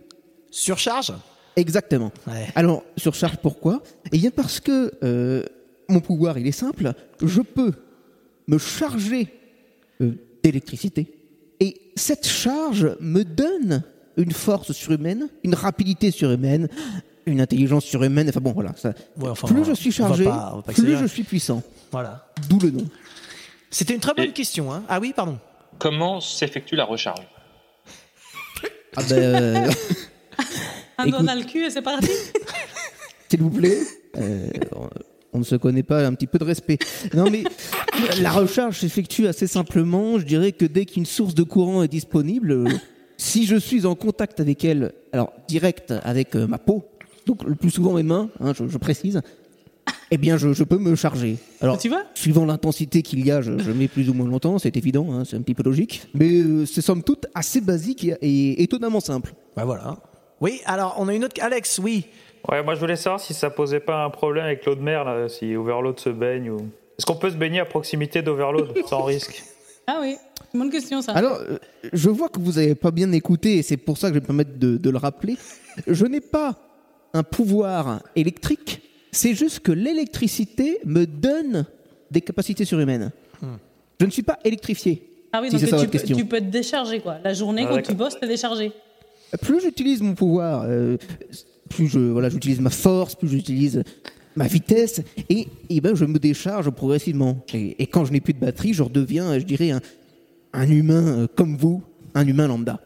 C: Surcharge
D: Exactement. Alors, surcharge, pourquoi Eh bien parce que euh, mon pouvoir, il est simple. Je peux me charger euh, d'électricité. Et cette charge me donne une force surhumaine, une rapidité surhumaine, une intelligence surhumaine. Enfin bon, voilà. ça-
C: Ouais, enfin,
D: plus je suis
C: on va
D: chargé,
C: pas- on va pas
D: plus
C: accélérer.
D: je suis puissant.
C: Voilà.
D: D'où le nom.
C: C'était une très bonne question. hein. Ah oui, pardon.
L: Comment s'effectue la recharge
D: Ah ben, euh,
E: Un
D: Écoute-
E: doigt dans le cul et c'est parti.
D: S'il vous plaît. Euh, on ne se connaît pas, un petit peu de respect. Non, mais euh, la recharge s'effectue assez simplement. Je dirais que dès qu'une source de courant est disponible, euh, si je suis en contact avec elle, alors direct avec euh, ma peau, donc le plus souvent mes mains, hein, je, je précise, eh bien, je, je peux me charger. Alors,
E: tu vois
D: suivant l'intensité qu'il y a, je, je mets plus ou moins longtemps, c'est évident, hein, c'est un petit peu logique. Mais euh, c'est somme toute assez basique et, et étonnamment simple.
C: Bah voilà. Oui, alors on a une autre. Alex, oui.
H: Ouais, moi je voulais savoir si ça posait pas un problème avec l'eau de mer, là, si Overload se baigne ou. Est-ce qu'on peut se baigner à proximité d'Overload sans risque
E: Ah oui, bonne question ça.
D: Alors, euh, je vois que vous n'avez pas bien écouté, et c'est pour ça que je vais me permettre de, de le rappeler. Je n'ai pas un pouvoir électrique, c'est juste que l'électricité me donne des capacités surhumaines. Je ne suis pas électrifié.
E: ah oui,
D: si
E: donc
D: c'est ça
E: tu,
D: votre
E: peux,
D: question.
E: tu peux te décharger quoi. La journée
D: Ah,
E: quand
D: d'accord.
E: tu bosses, t'es déchargé.
D: Plus j'utilise mon pouvoir, euh, plus je voilà, j'utilise ma force, plus j'utilise ma vitesse, et, et ben je me décharge progressivement. Et, et quand je n'ai plus de batterie, je redeviens, je dirais, un, un humain euh, comme vous, un humain lambda.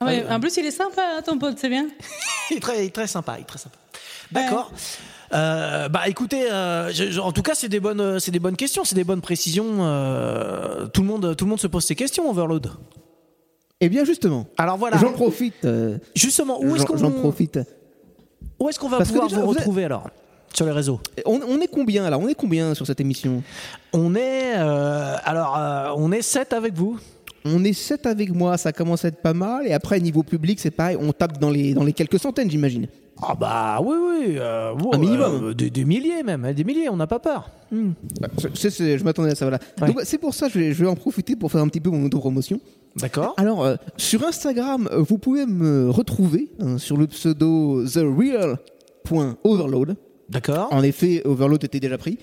E: Ah ouais, en plus, il est sympa hein, ton pote, c'est bien.
D: Ah,
C: il, est très, il est très sympa, il est très sympa. D'accord. Euh, bah écoutez, euh, je- je- en tout cas c'est des bonnes, euh, c'est des bonnes questions, c'est des bonnes précisions. euh, tout le monde, tout le monde se pose ces questions, Overload.
D: Eh bien justement.
C: Alors voilà.
D: J'en profite. euh,
C: Justement, où est-ce
D: j'en-
C: qu'on-
D: j'en profite
C: Où est-ce qu'on va
D: Parce que
C: pouvoir
D: déjà,
C: vous
D: vous êtes-
C: retrouver alors sur les réseaux
D: on, on est combien là On est combien sur cette émission
C: On est euh, alors euh, on est 7 avec vous.
D: On est 7 avec moi, ça commence à être pas mal. Et après niveau public, c'est pareil, on tape dans les dans les quelques centaines, j'imagine.
C: Ah bah oui oui. euh, wow,
D: Un minimum.
C: euh, des, des milliers même, hein, des milliers. On n'a pas peur. Hmm.
D: Bah, c'est- c'est- je m'attendais à ça, voilà. Donc, bah, c'est pour ça que je vais, je vais en profiter pour faire un petit peu mon autopromotion.
C: D'accord.
D: Alors, euh, sur Instagram, euh, vous pouvez me retrouver hein, sur le pseudo TheReal.Overload.
C: D'accord.
D: En effet, Overload était déjà pris.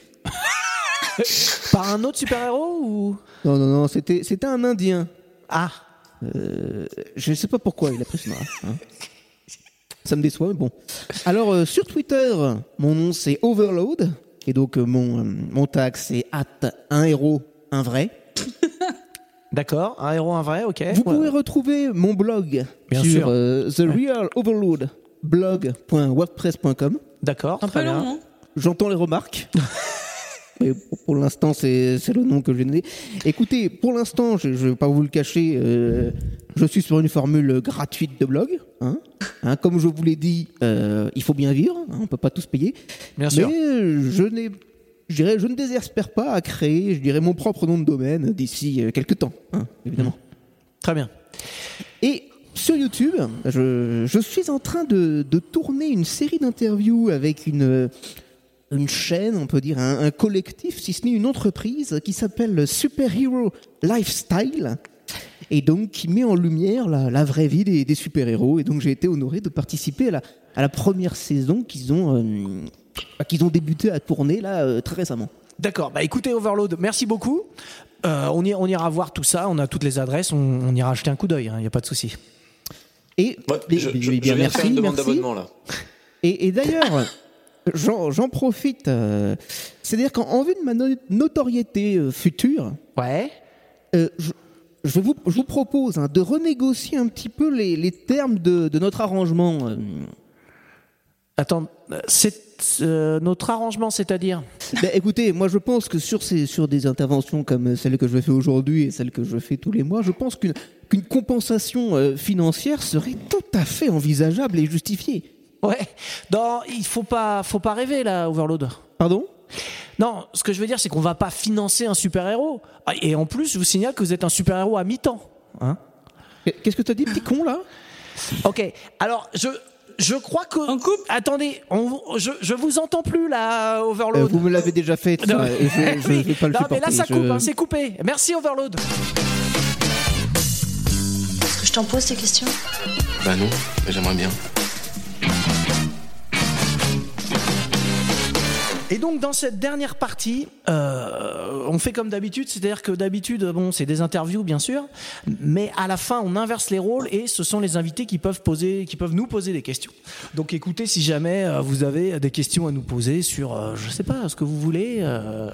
C: Par un autre super héros ou
D: Non, non, non, c'était c'était un Indien.
C: Ah
D: Euh, Je ne sais pas pourquoi il a pris ce nom. hein. Ça me déçoit, mais bon. Alors, euh, sur Twitter, mon nom c'est Overload. Et donc, euh, mon, euh, mon tag c'est at un héros, un vrai.
C: D'accord. Un héros, un vrai. Ok.
D: Vous pouvez retrouver mon blog
C: Bien
D: sur
C: sûr.
D: euh, The Real Overload blog.wordpress.com.
C: D'accord.
D: très
C: peu long,
D: bien.
E: hein.
C: non
D: J'entends les remarques. Mais pour- pour l'instant, c'est c'est le nom que je viens de donner. Écoutez, pour l'instant, je ne vais pas vous le cacher, euh, je suis sur une formule gratuite de blog. hein. Hein, comme je vous l'ai dit, euh, il faut bien vivre, hein, on ne peut pas tous payer. Mais
C: Bien sûr.
D: euh, je n'ai- je dirais, je ne désespère pas à créer, je dirais, mon propre nom de domaine d'ici euh, quelques temps, hein, évidemment.
C: Très bien.
D: Et sur YouTube, je, je suis en train de, de tourner une série d'interviews avec une, une chaîne, on peut dire un, un collectif, si ce n'est une entreprise qui s'appelle Superhero Lifestyle et donc qui met en lumière la, la vraie vie des, des super-héros. Et donc j'ai été honoré de participer à la, à la première saison qu'ils ont, euh, qu'ils ont débuté à tourner là euh, très récemment.
C: D'accord, bah écoutez Overload, merci beaucoup. Euh, on, y- on ira voir tout ça, on a toutes les adresses, on, on ira jeter un coup d'œil, il n'y a pas de souci.
D: Et
J: je, je,
D: bien,
J: je viens de
D: merci,
J: faire une demande
D: merci.
J: d'abonnement là.
D: Et, et d'ailleurs, j'en j'en profite. euh, C'est-à-dire qu'en en vue de ma no- notoriété euh, future, euh,
C: ouais.
D: je, je vous, je vous propose hein, de renégocier un petit peu les, les termes de, de notre arrangement. euh.
C: Attends, euh, c'est euh, notre arrangement, c'est-à-dire
D: Ben, écoutez, moi je pense que sur, ces, sur des interventions comme celle que je fais aujourd'hui et celle que je fais tous les mois, je pense qu'une qu'une compensation euh, financière serait tout à fait envisageable et justifiée.
C: Ouais. Non, il faut pas, faut pas rêver là, Overload.
D: Pardon
C: Non, ce que je veux dire, c'est qu'on va pas financer un super-héros. Ah, Et en plus, je vous signale que vous êtes un super-héros à mi-temps. Hein
D: Qu'est-ce que t'as dit, petit con là
C: Ok. Alors, je, je crois que. On coupe. Attendez, on- je, je vous entends plus là, Overload.
D: Euh, vous me l'avez déjà fait,
C: Non.
D: ça, et je, je
C: Oui.
D: vais pas le
C: Non, mais
D: supporter.
C: là, ça
D: Je-
C: coupe, hein, c'est coupé. Merci, Overload.
Q: Est-ce que je t'en pose ces questions
I: Bah non, mais j'aimerais bien.
C: Et donc dans cette dernière partie, euh, on fait comme d'habitude, c'est-à-dire que d'habitude, bon, c'est des interviews bien sûr, mais à la fin, on inverse les rôles et ce sont les invités qui peuvent poser, qui peuvent nous poser des questions. Donc écoutez, si jamais euh, vous avez des questions à nous poser sur, euh, je sais pas, ce que vous voulez, euh,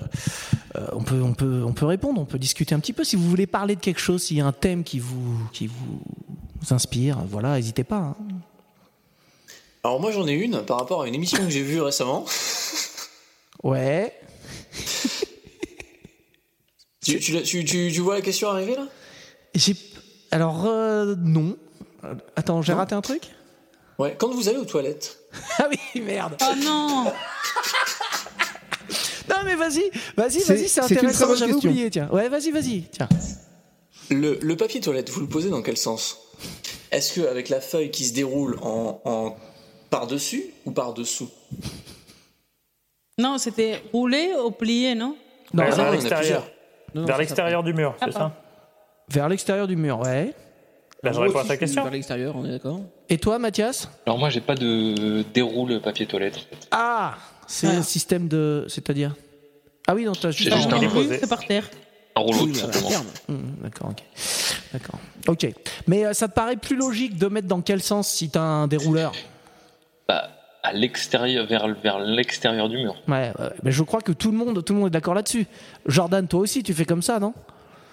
C: euh, on peut, on peut, on peut répondre, on peut discuter un petit peu. Si vous voulez parler de quelque chose, s'il y a un thème qui vous, qui vous inspire, voilà, n'hésitez pas. hein.
J: Alors moi j'en ai une par rapport à une émission que j'ai vue récemment.
C: Ouais.
J: Tu, tu, l'as- tu- tu- tu vois la question arriver là
C: J'ai, alors euh, non. Euh, Attends, j'ai raté un truc.
J: Ouais, quand vous allez aux toilettes.
C: Ah oui, merde.
E: Oh non
C: Non mais vas-y, vas-y,
J: C'est-
C: vas-y, c'est
J: c'est une très
C: intéressant,
J: bonne
C: j'avais
J: question.
C: oublié, tiens. Ouais, vas-y, vas-y, tiens.
J: Le, le papier toilette, vous le posez dans quel sens Est-ce que avec la feuille qui se déroule en, en par-dessus ou par-dessous
E: Non, c'était roulé au plié, non
J: Ah,
H: vers
J: il y en a
H: l'extérieur.
J: plusieurs.
C: Non, non,
H: Vers
C: ça,
H: l'extérieur du mur,
E: Ah,
H: c'est
E: pardon.
H: ça
C: Vers l'extérieur du mur, ouais.
H: Là, je
C: En
H: réponds
C: gros,
H: à ta
C: si je
H: question.
C: suis vers
D: l'extérieur, on est d'accord.
C: Et toi, Mathias
G: Alors moi j'ai pas de déroule papier toilette. en fait.
C: Ah, c'est un système de, c'est-à-dire Ah oui, non, t'as juste
G: J'ai juste
C: Ah,
G: un
C: oui,
G: reposé.
E: C'est par terre.
G: Un rouleau
C: Oui,
G: tout
D: Ah bah,
C: voilà.
G: simplement.
C: Merde. Mmh, D'accord, ok. D'accord. Ok. Mais euh, ça te paraît plus logique de mettre dans quel sens si t'as un dérouleur
G: Bah, à l'extérieur, vers, vers l'extérieur du mur.
C: Ouais, ouais, mais je crois que tout le monde, tout le monde est d'accord là-dessus. Jordan, toi aussi, tu fais comme ça, non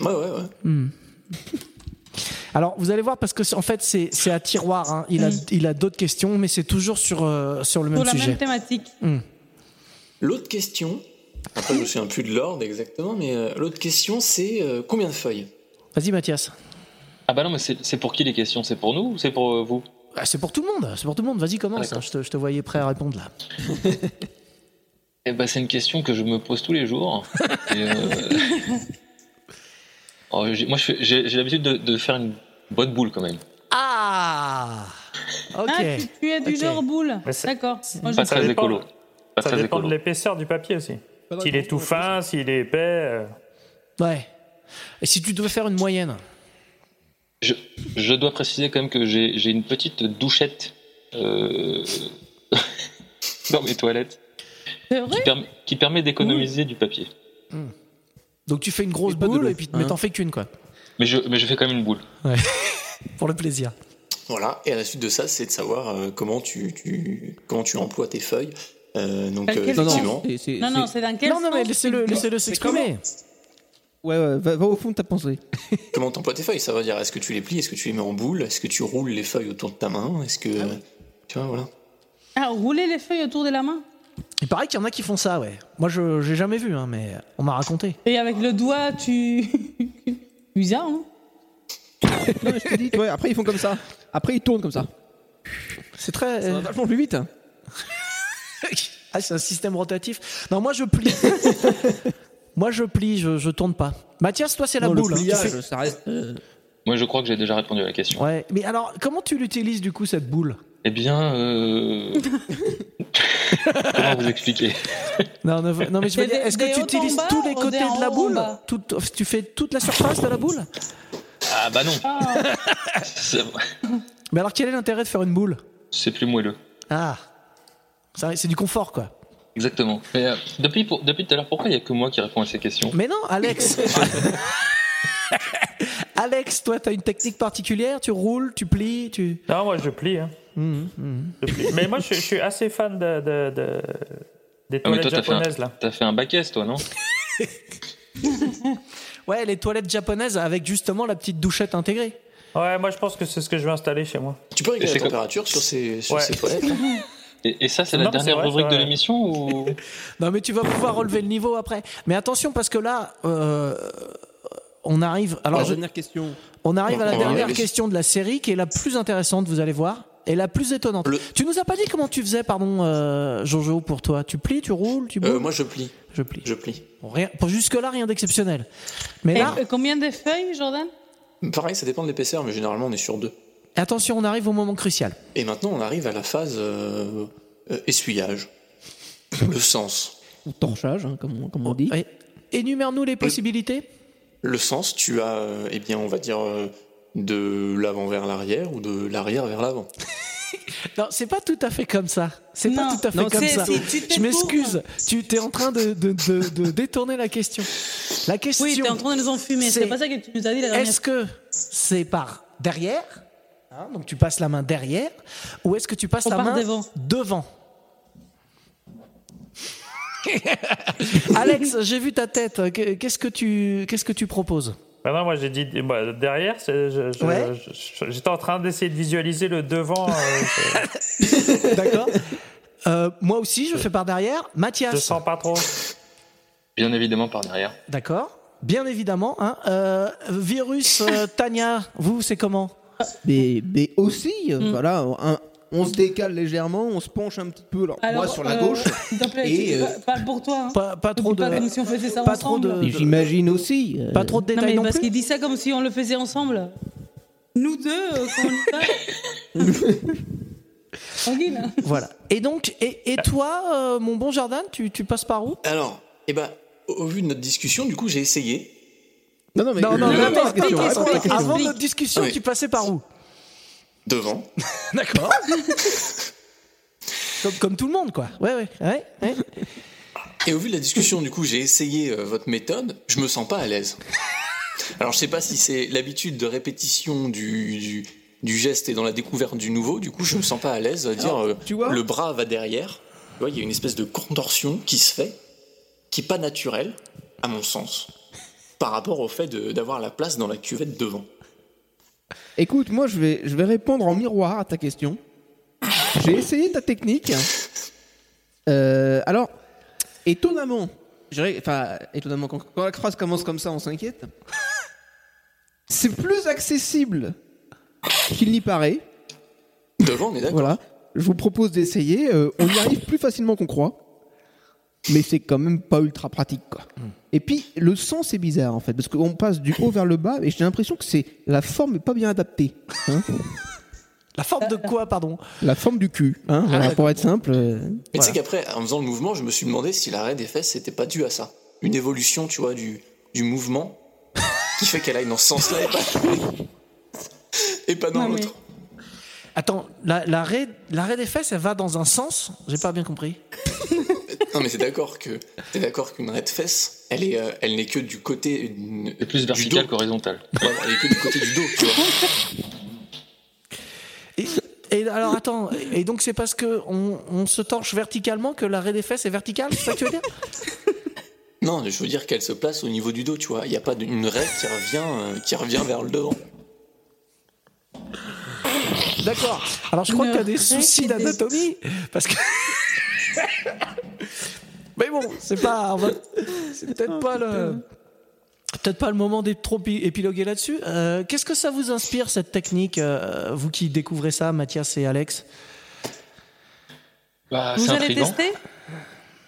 J: Ouais, ouais, ouais.
C: Hmm. Alors, vous allez voir, parce que c'est- en fait, c'est c'est à tiroir. hein. Il a, il a d'autres questions, mais c'est toujours sur, euh, sur le même
E: Pour la
C: sujet.
E: même thématique.
C: Hmm.
J: L'autre question, après je me souviens plus de l'ordre exactement, mais euh, l'autre question c'est euh, combien de feuilles
C: Vas-y, Mathias.
G: Ah bah non, mais c'est c'est pour qui les questions C'est pour nous ou c'est pour euh, vous
C: Ah, c'est pour tout le monde. C'est pour tout le monde. Vas-y, commence. hein. Je, te, je te voyais prêt à répondre là.
G: Eh ben, c'est une question que je me pose tous les jours. Et, euh, oh, j'ai- moi, je fais- j'ai j'ai l'habitude de, de faire une bonne boule quand même.
C: Ah Ok.
E: Ah, tu, tu es du
C: Ok.
E: genre boule.
H: Mais c'est-
E: D'accord. Moi,
G: Pas
E: je-
G: très écolo. Pas
H: Ça
G: très
H: dépend
G: écolo.
H: de l'épaisseur du papier aussi.
C: Pas
H: S'il est tout fin, s'il est épais. euh,
C: Ouais. Et si tu devais faire une moyenne
G: Je, je dois préciser quand même que j'ai j'ai une petite douchette euh, dans mes toilettes
E: C'est vrai
G: qui, permet- qui permet d'économiser du papier.
C: Donc, tu fais une grosse boule, et puis,
D: Hein.
C: mais t'en fais qu'une, quoi.
G: Mais je, mais je fais quand même une boule.
C: Pour le plaisir.
J: Voilà, et à la suite de ça, c'est de savoir euh, comment, tu, tu- comment tu emploies tes feuilles. Euh, donc,
E: Dans
J: euh,
E: quel
J: effectivement.
E: sens Non, non, c'est dans quel
C: Non, non, mais
E: sens
C: laissez-le
E: tu-
C: laissez s'exprimer.
D: Ouais, ouais, va, va au fond de ta pensée.
J: Comment t'emploies tes feuilles Ça veut dire est-ce que tu les plies Est-ce que tu les mets en boule Est-ce que tu roules les feuilles autour de ta main Est-ce que. Tu vois, voilà.
E: Ah, rouler les feuilles autour de la main
C: Il paraît qu'il y en a qui font ça, ouais. Moi, je j'ai jamais vu, hein, mais on m'a raconté.
E: Et avec le doigt, tu. Bizarre, hein
D: Non, mais je te dis, tu vois, après ils font comme ça. Après ils tournent comme ça.
C: C'est très. euh,
D: Ça va Euh, vachement plus vite.
C: Ah, c'est un système rotatif. Non, moi je plie. moi je plie, je, je tourne pas. Mathias, toi c'est la
D: Non, le
C: boule. hein. Tu
D: pliage,
C: fais-
D: ça reste. euh,
G: Moi, je crois que j'ai déjà répondu à la question.
C: Ouais. Mais alors, comment tu l'utilises du coup cette boule
G: Eh bien, euh, Comment vous expliquer
C: Non, non, non, mais je veux
E: Et
C: dire,
E: des-
C: est-ce que
E: des
C: tu
E: hauts
C: utilises
E: en bas,
C: tous les
E: ou
C: côtés
E: des en
C: de la
E: haut en
C: boule
E: bas
C: Tout- oh, Tu fais toute la surface de la boule
G: Ah bah non. C'est-
C: Mais alors, quel est l'intérêt de faire une boule
G: C'est plus moelleux.
C: Ah, Ça, c'est du confort, quoi.
G: Exactement. Mais, euh, depuis, pour- depuis tout à l'heure, pourquoi il n'y a que moi qui réponds à ces questions
C: Mais non, Alex Alex, toi, t'as une technique particulière Tu roules, tu plies, tu...
H: Non, moi je plie. hein.
C: Mmh,
H: Je plie. Mais moi je, je suis assez fan de, de- de- des
G: Ah,
H: toilettes
G: mais toi, t'as fait,
H: japonaises
G: un,
H: là.
G: t'as fait un bac S, toi, non
C: Ouais, les toilettes japonaises avec justement la petite douchette intégrée.
H: Ouais, moi je pense que c'est ce que je vais installer chez moi.
J: Tu peux régler
G: Et
J: la
G: c'est comme-
J: température sur ces, sur
H: Ouais.
J: ces toilettes. hein.
G: Et, et ça, c'est la
H: Non, mais
G: dernière
H: c'est vrai,
G: rubrique
H: c'est
G: de
H: vrai.
G: l'émission ou...
C: Non, mais tu vas pouvoir relever le niveau après. Mais attention, parce que là, euh, on arrive... Alors,
D: Alors,
C: je-
D: dernière question.
C: on arrive à la
D: On va
C: dernière
D: aller-
C: question de la série, qui est la plus intéressante, vous allez voir, et la plus étonnante. Tu nous as pas dit comment tu faisais, pardon, euh, Jojo, pour toi Tu plies, tu roules, tu
J: Euh,
C: boules
J: moi, je plie.
C: Je plie.
J: Je plie.
C: Rien, pour jusque-là, rien d'exceptionnel. Mais
E: Et,
C: là,
E: euh, combien de feuilles, Jordan
J: Pareil, ça dépend de l'épaisseur, mais généralement, on est sur deux.
C: attention, on arrive au moment crucial.
J: Et maintenant, on arrive à la phase euh, euh, essuyage. Le sens.
D: Ou torchage, hein, comme, on- comme on dit. Euh,
C: Énumère-nous les possibilités.
J: Le sens, tu as, euh, eh bien, on va dire, euh, de l'avant vers l'arrière ou de l'arrière vers l'avant.
C: Non, c'est pas tout à fait comme ça. C'est pas tout à fait
E: Non,
C: comme
E: c'est-
C: ça.
E: si tu te
C: Je m'excuse. Tu t'es en train de, de- de- de détourner la question. La question.
E: Oui, t'es en train de nous enfumer.
C: c'est-
E: C'est pas ça que tu nous as dit la dernière
C: Est-ce que c'est par derrière, hein, donc tu passes la main derrière, ou est-ce que tu passes
E: Ou
C: la
E: par
C: main
E: devant.
C: devant Alex, j'ai vu ta tête. Que- Qu'est-ce que tu qu'est-ce que tu proposes
H: Bah non, moi j'ai dit bah, derrière, c'est- je- je-
C: Ouais.
H: je- je- j'étais en train d'essayer de visualiser le devant. euh, je,
C: D'accord. Euh, moi aussi, je fais par derrière. Mathias.
H: je sens pas trop.
G: Bien évidemment, par derrière.
C: D'accord. Bien évidemment. hein. Euh, virus, euh, Tania, vous, c'est comment
D: Mais, mais aussi, euh, voilà, un- on se décale légèrement, on se penche un petit peu, alors,
E: Alors,
D: moi sur la
E: euh,
D: gauche.
E: s'il te plaît,
D: Et,
E: tu-
D: euh,
E: pas- Parle pour toi. hein.
C: Pas, pas trop
E: Dis
C: de.
E: pas comme si on faisait ça
C: pas trop
E: ensemble.
C: de-
D: Et J'imagine aussi. euh,
C: Pas trop de
E: Non,
C: détails
E: mais
C: non,
E: parce
C: plus.
E: qu'il dit ça comme si on le faisait ensemble. Nous deux, euh, quand on y va. Tranquille. hein.
D: euh,
G: Bah,
C: Voilà. Et donc, et, et
E: Ah.
C: toi, euh, mon bon jardin, tu, tu passes par où
J: Alors, eh ben, au- au vu de notre discussion, du coup, j'ai essayé.
D: Non, non, mais.
C: Non, non,
D: Euh,
C: non,
D: attends la
C: explique,
D: question,
C: explique,
D: attends la question.
C: Avant notre discussion,
J: Ah oui.
C: tu passais par où
J: Devant.
C: D'accord. comme, comme tout le monde, quoi. Ouais, ouais, ouais. ouais.
J: Et au vu de la discussion, du coup, j'ai essayé euh, votre méthode. Je me sens pas à l'aise. Alors, je sais pas si c'est l'habitude de répétition du, du, du geste et dans la découverte du nouveau. Du coup, je me sens pas à l'aise à dire euh,
D: tu vois
J: le bras va derrière. Tu vois, il y a une espèce de contorsion qui se fait, qui est pas naturelle, à mon sens, par rapport au fait de- d'avoir la place dans la cuvette devant.
D: Écoute, moi, je vais, je vais répondre en miroir à ta question. J'ai essayé ta technique. Euh, alors, étonnamment, je dirais- enfin, étonnamment, quand, quand la phrase commence comme ça, on s'inquiète. C'est plus accessible qu'il n'y paraît.
J: Devant, on est d'accord.
D: Voilà. Je vous propose d'essayer. Euh, on y arrive plus facilement qu'on croit. Mais c'est quand même pas ultra pratique, quoi. Et puis, le sens est bizarre, en fait. Parce qu'on passe du haut vers le bas et j'ai l'impression que c'est la forme est pas bien adaptée. hein.
C: La forme de quoi, pardon
D: La forme du cul, hein, voilà, pour être simple. euh,
J: Mais
D: voilà.
J: tu sais qu'après, en faisant le mouvement, je me suis demandé si l'arrêt des fesses n'était pas dû à ça. Une évolution, tu vois, du, du mouvement qui fait qu'elle aille dans ce sens-là et pas, et pas dans
E: Non, mais-
J: l'autre.
C: Attends, la- l'arrêt l'arrêt des fesses, elle va dans un sens J'ai pas bien compris.
J: Non, mais t'es d'accord que t'es d'accord qu'une raie de fesse, elle est, euh, elle n'est que du côté euh,
G: C'est plus
J: du
G: vertical
J: dos.
G: qu'horizontal.
J: Voilà, elle est que du côté du dos, tu vois.
C: Et, et alors attends, et donc c'est parce que on, on se torche verticalement que l'arrêt des fesses est vertical, c'est ça que tu veux dire
J: Non, je veux dire qu'elle se place au niveau du dos, tu vois. Il n'y a pas d- une raie qui revient, euh, qui revient vers le devant.
C: D'accord. Alors je crois
E: Une
C: que t'as des
E: raie
C: soucis
E: qui
C: d'anatomie parce que. Mais bon, c'est pas, on va- c'est peut-être pas le, peut-être pas le moment d'être trop pi- épiloguer là-dessus. Euh, Qu'est-ce que ça vous inspire cette technique, euh, vous qui découvrez ça, Mathias et Alex
G: Bah,
E: Vous
G: c'est
E: allez
G: intriguant.
E: tester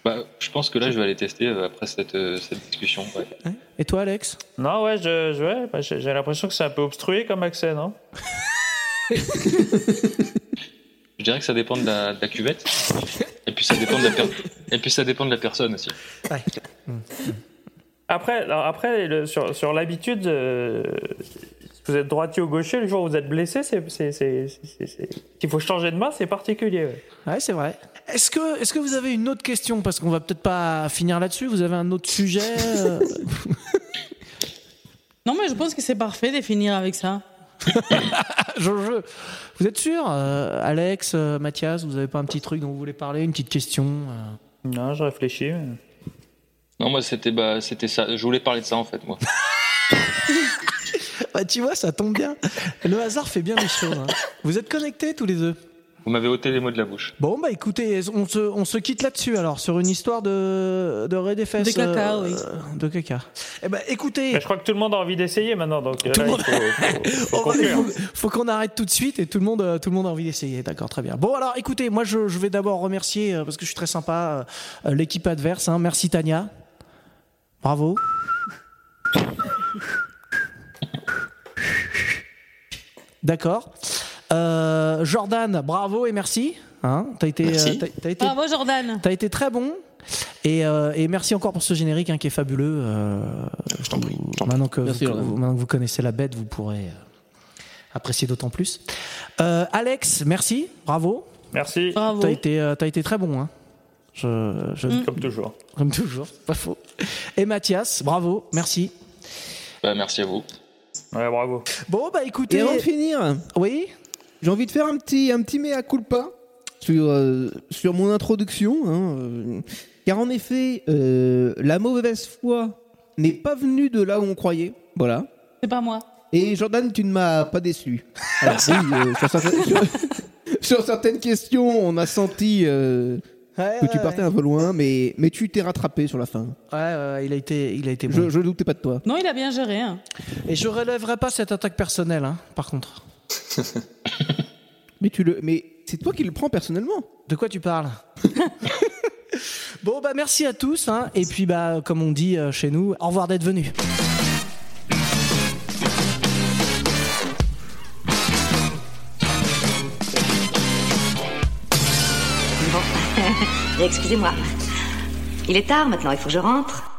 G: Bah, je pense que là, je vais aller tester euh, après cette, euh, cette discussion. ouais.
C: Et toi, Alex
H: Non, ouais, je, je- ouais, bah, j'ai j'ai l'impression que c'est un peu obstrué comme accès, non
G: Je Je dirais que ça dépend de la, de la cuvette. Et puis ça dépend de la per- et puis ça dépend de la personne aussi.
H: Après, alors après le- sur, sur l'habitude, euh, si vous êtes droitier ou gaucher, le jour où vous êtes blessé, c'est, c'est, c'est- c'est- c'est- qu'il faut changer de main, c'est particulier. ouais.
C: Ouais, c'est vrai. Est-ce que, est-ce que vous avez une autre question Parce qu'on va peut-être pas finir là-dessus. Vous avez un autre sujet euh,
E: Non, mais je pense que c'est parfait de finir avec ça.
C: Jojo, vous êtes sûr euh, Alex, euh, Mathias, vous avez pas un petit truc dont vous voulez parler Une petite question euh
H: Non, je réfléchis.
G: Non, moi c'était bah, c'était ça. Je voulais parler de ça en fait moi.
C: Bah, tu vois, ça tombe bien. Le hasard fait bien les choses. hein. Vous êtes connectés tous les deux
G: Vous m'avez ôté les mots de la bouche.
C: Bon, bah écoutez, on se, on se quitte là-dessus alors, sur une histoire de, de Ray des fesses.
H: De caca,
C: euh, De caca. Eh ben, écoutez.
H: je crois que tout le monde a envie d'essayer maintenant, donc euh, là, il faut, faut- faut
C: On va-
H: conclure.
C: faut, faut qu'on arrête tout de suite et tout le monde, euh, tout le monde a envie d'essayer. D'accord, très bien. Bon, alors écoutez, moi je, je vais d'abord remercier, euh, parce que je suis très sympa, euh, euh, l'équipe adverse. hein. Merci Tania. Bravo. D'accord. Euh, Jordan, bravo et merci. Hein, t'as été,
E: Merci.
C: euh, t'as- t'as été-
E: Bravo, Jordan.
C: T'as été très bon. Et, euh, et merci encore pour ce générique hein, qui est fabuleux. euh, je t'en prie. Maintenant que,
D: Merci,
C: vous,
D: Jordan.
C: vous- maintenant que vous connaissez la bête, vous pourrez euh, apprécier d'autant plus. Euh, Alex, merci. Bravo.
H: Merci.
C: T'as été, euh, t'as été très bon. hein. Je, je-
H: Comme toujours.
C: Comme toujours, c'est pas faux. Et Mathias, bravo, merci.
G: Bah, merci à vous.
H: Ouais, bravo.
C: Bon, bah écoutez.
D: Et avant de finir,
C: oui
D: j'ai envie de faire un petit, un petit mea culpa sur, euh, sur mon introduction. hein, euh, car en effet, euh, la mauvaise foi n'est pas venue de là où on croyait. Voilà.
E: C'est pas moi.
D: Et Jordan, tu ne m'as pas déçu. Alors, oui, euh, sur, certaines, sur- sur certaines questions, on a senti euh, que tu partais un peu loin, mais, mais tu t'es rattrapé sur la fin.
C: Ouais, ouais, ouais, il a été, il a été bon.
D: Je, je doutais pas de toi.
E: Non, il a bien géré. hein.
C: Et je relèverai pas cette attaque personnelle, hein, par contre.
D: Mais tu le, mais c'est toi qui le prends personnellement.
C: De quoi tu parles Bon, bah merci à tous. hein. et puis, bah, comme on dit euh, chez nous, au revoir d'être venus.
Q: Bon. Excusez-moi. Il est tard maintenant, il faut que je rentre.